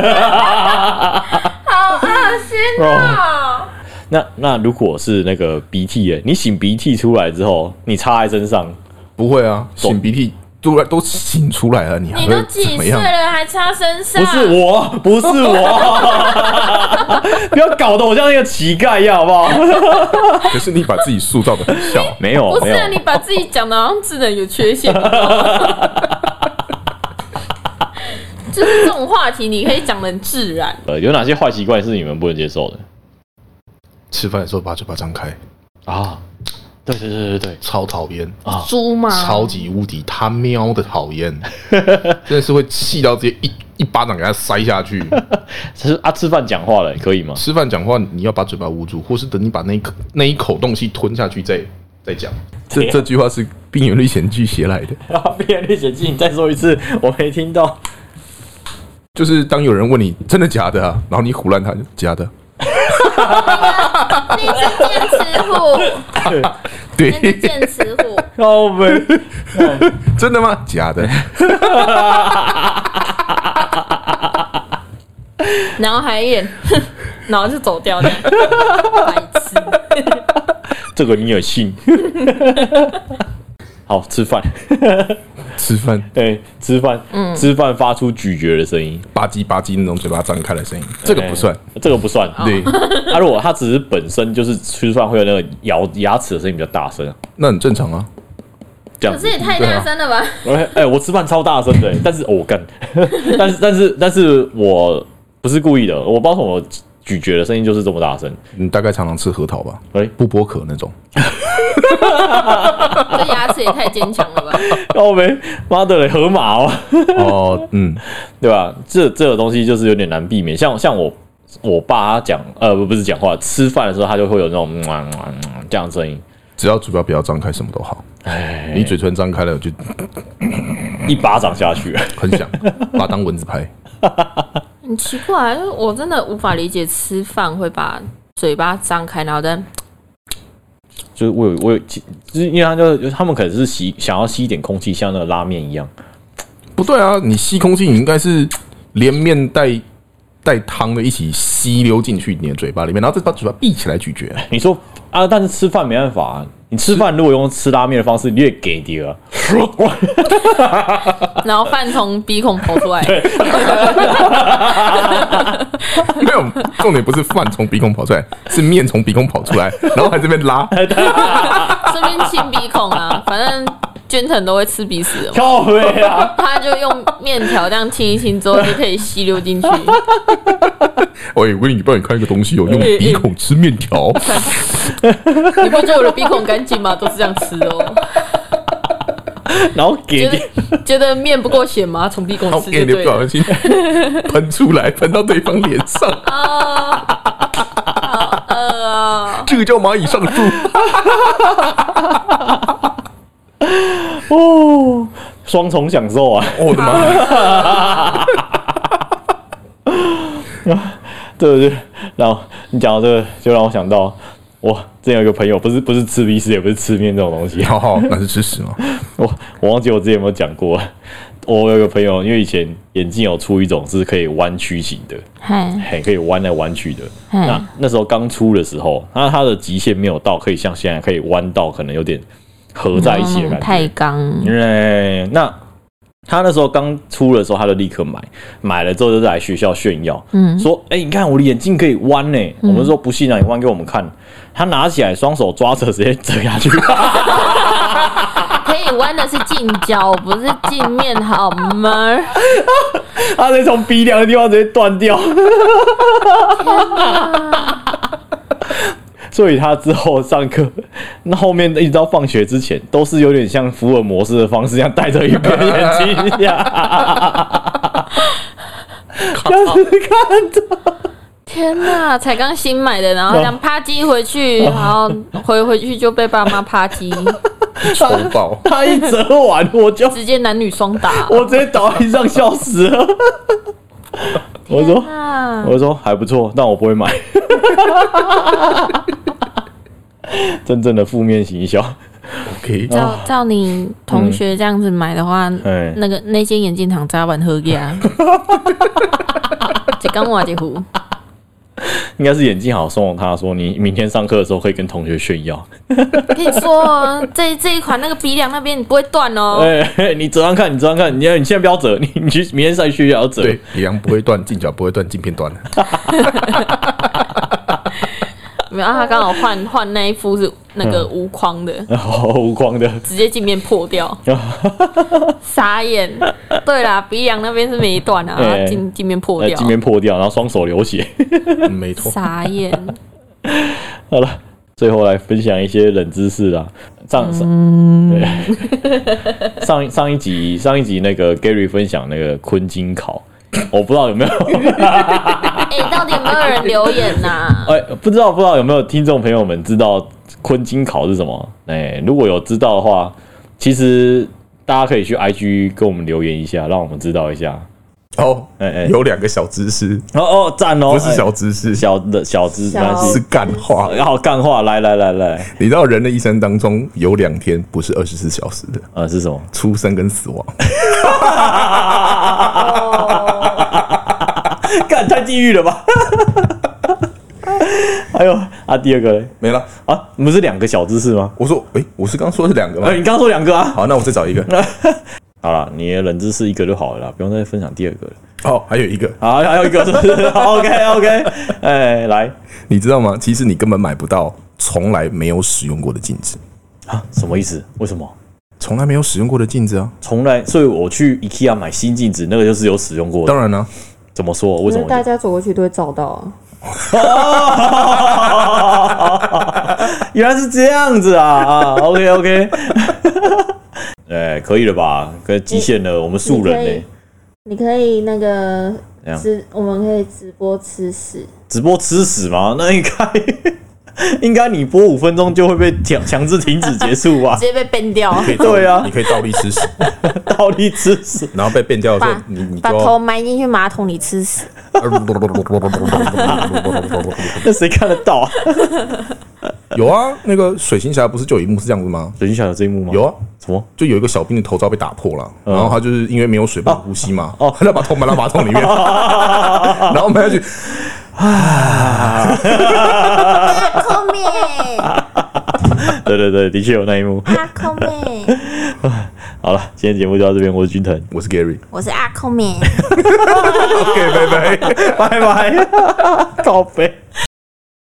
Speaker 3: 恶心哦！
Speaker 1: 那那如果是那个鼻涕耶，你擤鼻涕出来之后，你擦在身上，
Speaker 2: 不会啊，擤鼻涕都都擤出来了，你还
Speaker 3: 你
Speaker 2: 会
Speaker 3: 都
Speaker 2: 怎
Speaker 3: 几
Speaker 2: 么
Speaker 3: 岁
Speaker 2: 样？
Speaker 3: 了还擦身上？
Speaker 1: 不是我，不是我，不要搞得我像那个乞丐一样，好不好？
Speaker 2: 可是你把自己塑造的很像，
Speaker 1: 没有，
Speaker 4: 不
Speaker 1: 没
Speaker 4: 是
Speaker 1: 有
Speaker 4: 啊，，你把自己讲的好像智能有缺 陷。
Speaker 3: 就是这种话
Speaker 4: 话题你可以讲的很自然，
Speaker 1: 呃，有哪些坏习惯是你们不能接受的
Speaker 2: 吃饭的时候把嘴巴张开，
Speaker 1: 啊？对对对对对，
Speaker 2: 超讨厌，
Speaker 3: 啊
Speaker 1: 啊
Speaker 4: 猪嘛，
Speaker 2: 超级无敌他喵的讨厌， 真的是会气到直接一一巴掌给他塞下 去。
Speaker 1: 其实啊，吃饭讲话了，可以吗？
Speaker 2: 吃饭讲话你要把嘴巴捂住，或是等你把那一口那一口东西吞下去再再
Speaker 3: 哎
Speaker 2: 讲。这这句话是病原历险记写来的，
Speaker 1: 啊，变历险记，你再说一次，我没听到。
Speaker 2: 就是当有人问你真的假的啊，然后你胡乱他就假的，
Speaker 3: 啊你是剑齿虎，
Speaker 2: 对
Speaker 3: 那，是剑齿虎。
Speaker 1: 靠背，
Speaker 2: 真的吗？假的，
Speaker 4: 然后还演，然后就走掉了。白痴，
Speaker 1: 这个你有信？好，吃饭。
Speaker 2: 吃饭
Speaker 1: 对，吃饭，吃饭发出咀嚼的声音，
Speaker 2: 吧唧吧唧那种嘴巴张开的声音，这个不算。
Speaker 1: 哎，这个不算。
Speaker 2: 对，
Speaker 1: 他如果他只是本身就是吃饭会有那个咬牙齿的声音比较大声，
Speaker 2: 那很正常啊。
Speaker 1: 这样
Speaker 3: 可
Speaker 1: 子
Speaker 3: 是。也太大声了吧？
Speaker 1: 哎、哎我吃饭超大声的、 但是、哦我干，但是但是但是我不是故意的，我不知道为什么我咀嚼的声音就是这么大声。
Speaker 2: 你大概常常吃核桃吧？
Speaker 1: 哎、
Speaker 2: 不剥壳那种，
Speaker 3: 这牙齿也太坚强了吧？
Speaker 1: 要哦没妈的嘞，河马哦。
Speaker 2: 哦，嗯，
Speaker 1: 对吧？这这个东西就是有点难避免。像像我我爸他讲呃不不是讲话，吃饭的时候他就会有那种哇哇哇这样的声音，
Speaker 2: 只要嘴巴不要张开，什么都好。你嘴唇张开了就
Speaker 1: 一巴掌下去。
Speaker 2: 很响， 把它当蚊子拍。
Speaker 4: 很奇
Speaker 3: 啊
Speaker 4: 怪，我真的无法理解吃饭会把嘴巴张开，然后再
Speaker 1: 就是我有我有，其就是因为他就他们可能是吸想要吸一点空气，像那个拉面一样。
Speaker 2: 不对啊，你吸空气，你应该是连面带带汤的一起吸溜进去你的嘴巴里面，然后再把嘴巴闭起来咀嚼。
Speaker 1: 你说啊，但是吃饭没办法、啊，你吃饭如果用吃拉面的方式，你也给 的了。
Speaker 3: 然后饭从鼻孔跑出来，
Speaker 2: 没有，重点不是饭从鼻孔跑出来，是面从鼻孔跑出来，然后还这边拉。 哎
Speaker 3: 顺便清鼻孔啊，反正娟腾都会吃鼻屎的嘛，
Speaker 1: 靠背啊，
Speaker 3: 他就用面条这样清一清之后就可以吸溜进去。
Speaker 2: 喂，我给你帮你看一个东西哦，用
Speaker 3: 哎哎
Speaker 2: 鼻孔吃面条。
Speaker 3: 你不觉得我的鼻孔干净吗？都是这样吃的哦。
Speaker 1: 然后给
Speaker 3: 觉
Speaker 1: 的。
Speaker 3: 得觉得面不够咸吗？从鼻孔
Speaker 2: 然后
Speaker 3: 吃
Speaker 2: 给
Speaker 3: 就
Speaker 2: 你不
Speaker 3: 对了
Speaker 2: 小。 心喷出来，喷到对方脸上，
Speaker 3: 啊，好饿啊！
Speaker 2: 这个叫蚂蚁上 树。
Speaker 1: 哦，双重享受啊！
Speaker 2: 我的妈！
Speaker 1: 对对对，然后你讲到这个，就让我想到我之前有一个朋友，不是不是吃鼻屎，也不是吃面这种东 西，
Speaker 2: 好好，那是吃 屎吗？
Speaker 1: 我我忘记我之前有没有讲过。我有一个朋友，因为以前眼镜有出一种是可以弯曲型的，
Speaker 3: 嗨，
Speaker 1: 嘿，可以弯来弯去的。
Speaker 3: 嗯
Speaker 1: 那那时候刚出的时候，那它的极限没有到，可以像现在可以弯到可能有点合在一起的感觉。
Speaker 3: 嗯太刚，
Speaker 1: 哎、那他那时候刚出的时候，他就立刻买，买了之后就来学校炫耀，嗯，说：“哎、你看我的眼镜可以弯呢、我们说：“不信啊，你弯给我们看。”他拿起来，双手抓着，直接折下去。
Speaker 3: 可以弯的是近角，不是镜面，好吗？
Speaker 1: 他直接从鼻梁的地方直接断掉。所以他之后上课，那后面一直到放学之前，都是有点像福尔摩斯的方式，这样戴着一边眼睛呀，这样子看着。
Speaker 3: 天哪，才刚新买的，然后这样啪叽回去，
Speaker 1: 哦
Speaker 3: 然后回回去就被爸妈啪叽，
Speaker 2: 丑爆！
Speaker 1: 他一折完，我就
Speaker 3: 直接男女双 打。
Speaker 1: 我直接倒在地上笑死了。我说
Speaker 3: 啊，
Speaker 1: 我说还不错，但我不会买。真正的负面行销，
Speaker 2: OK，
Speaker 3: 照照你同学这样子买的话，
Speaker 1: 哎
Speaker 3: 那个那间眼镜厂早晚喝 呀，一缸瓦一壶。
Speaker 1: 应该是眼镜好送他说，你明天上课的时候可以跟同学炫耀。
Speaker 3: 跟你说 哦，这这一款那个鼻梁那边你不会断哦。
Speaker 1: 哎、你折上看，你折上看，你你现在不要折，你你去明天上去也要折。
Speaker 2: 对，李阳不会断，镜脚不会断，镜片断了。
Speaker 3: 没有，啊他刚好换换那一副是那
Speaker 1: 嗯
Speaker 3: 个无框的，
Speaker 1: 然后无光的，
Speaker 3: 直接镜面破 掉，傻眼。对啦，鼻梁那边是没断 啊，
Speaker 1: 哎
Speaker 3: 镜镜面破
Speaker 1: 呃，
Speaker 3: 掉
Speaker 1: 镜，面破掉，然后双手流血。
Speaker 2: 嗯没 错，
Speaker 3: 傻眼。
Speaker 1: 好了，最后来分享一些冷知识啦。上上、
Speaker 3: 嗯
Speaker 1: 对 上上一集上一集那个 Gary 分享那个昆金考，我不知道有没有
Speaker 3: 哎，到底有没有人留言啊呐？
Speaker 1: 哎、不知道不知道有没有听众朋友们知道昆金考是什么？哎、如果有知道的话，其实大家可以去 IG 跟我们留言一下，让我们知道一下。
Speaker 2: 哦
Speaker 1: 哎哎，
Speaker 2: 有两个小知识，
Speaker 1: 哦哦，赞哦，
Speaker 2: 不是
Speaker 1: 哎
Speaker 2: 小知识，
Speaker 1: 小哎的小资，没关
Speaker 2: 是
Speaker 1: 系。
Speaker 2: 干话。
Speaker 1: 然后干话，来来来来，
Speaker 2: 你知道人的一生当中有两天不是二十四小时的，
Speaker 1: 呃，是什么？
Speaker 2: 出生跟死亡。
Speaker 1: 干太地狱了 吧！还有啊，第二个嘞
Speaker 2: 没了。
Speaker 1: 啊，你们是两个小知识吗？
Speaker 2: 我说，诶，我是刚说是两个吗
Speaker 1: 呃，？你刚刚说两个啊。
Speaker 2: 好，那我再找一个。
Speaker 1: 好了，你的冷知识一个就好了啦，不用再分享第二个了。
Speaker 2: 哦，还有一个，
Speaker 1: 好，还有一个是不是 ？OK OK，哎，来
Speaker 2: 你知道吗？其实你根本买不到从来没有使用过的镜子，
Speaker 1: 啊，什么意思？为什么？
Speaker 2: 从来没有使用过的镜子啊。
Speaker 1: 从来，所以我去 IKEA 买新镜子，那个就是有使用过的
Speaker 2: 当。然啊啦、
Speaker 1: 怎么说？为什么？
Speaker 7: 大家走过去都会找到啊。
Speaker 1: 原来是这样子啊啊！OK OK，哎，可以了吧？跟极限了，我们素人呢、
Speaker 7: 你可以那个
Speaker 1: 怎样
Speaker 7: 直，我们可以直播吃屎。
Speaker 1: 直播吃屎吗？ 那应该应该你播五分钟就会被强强制停止结束吧
Speaker 3: 直？接被崩掉，
Speaker 2: 可以倒
Speaker 1: 对啊
Speaker 2: 你可以倒立吃屎，
Speaker 1: 倒立吃屎，
Speaker 2: 然后被变掉的时候
Speaker 7: 把，
Speaker 2: 你你就
Speaker 7: 把头
Speaker 2: 要
Speaker 7: 埋进去马桶里吃屎，
Speaker 1: 那谁看得到啊？
Speaker 2: 有啊，那个水行侠不是就有一幕是这样子吗？
Speaker 1: 水晶侠有这一幕吗？
Speaker 2: 有啊，
Speaker 1: 什么？
Speaker 2: 就有一个小兵的头罩被打破了，然后他就是因为没有水不能呼吸嘛，他就把头埋到马桶 里面，然后埋下去，
Speaker 8: 阿空妹，
Speaker 1: 对对对，的确有那一幕。
Speaker 8: 阿空妹，
Speaker 1: 好了，今天节目就到这边，我是君腾，
Speaker 2: 我是 Gary，
Speaker 8: 我是阿空妹。
Speaker 2: OK，拜拜。
Speaker 1: 拜拜，告别。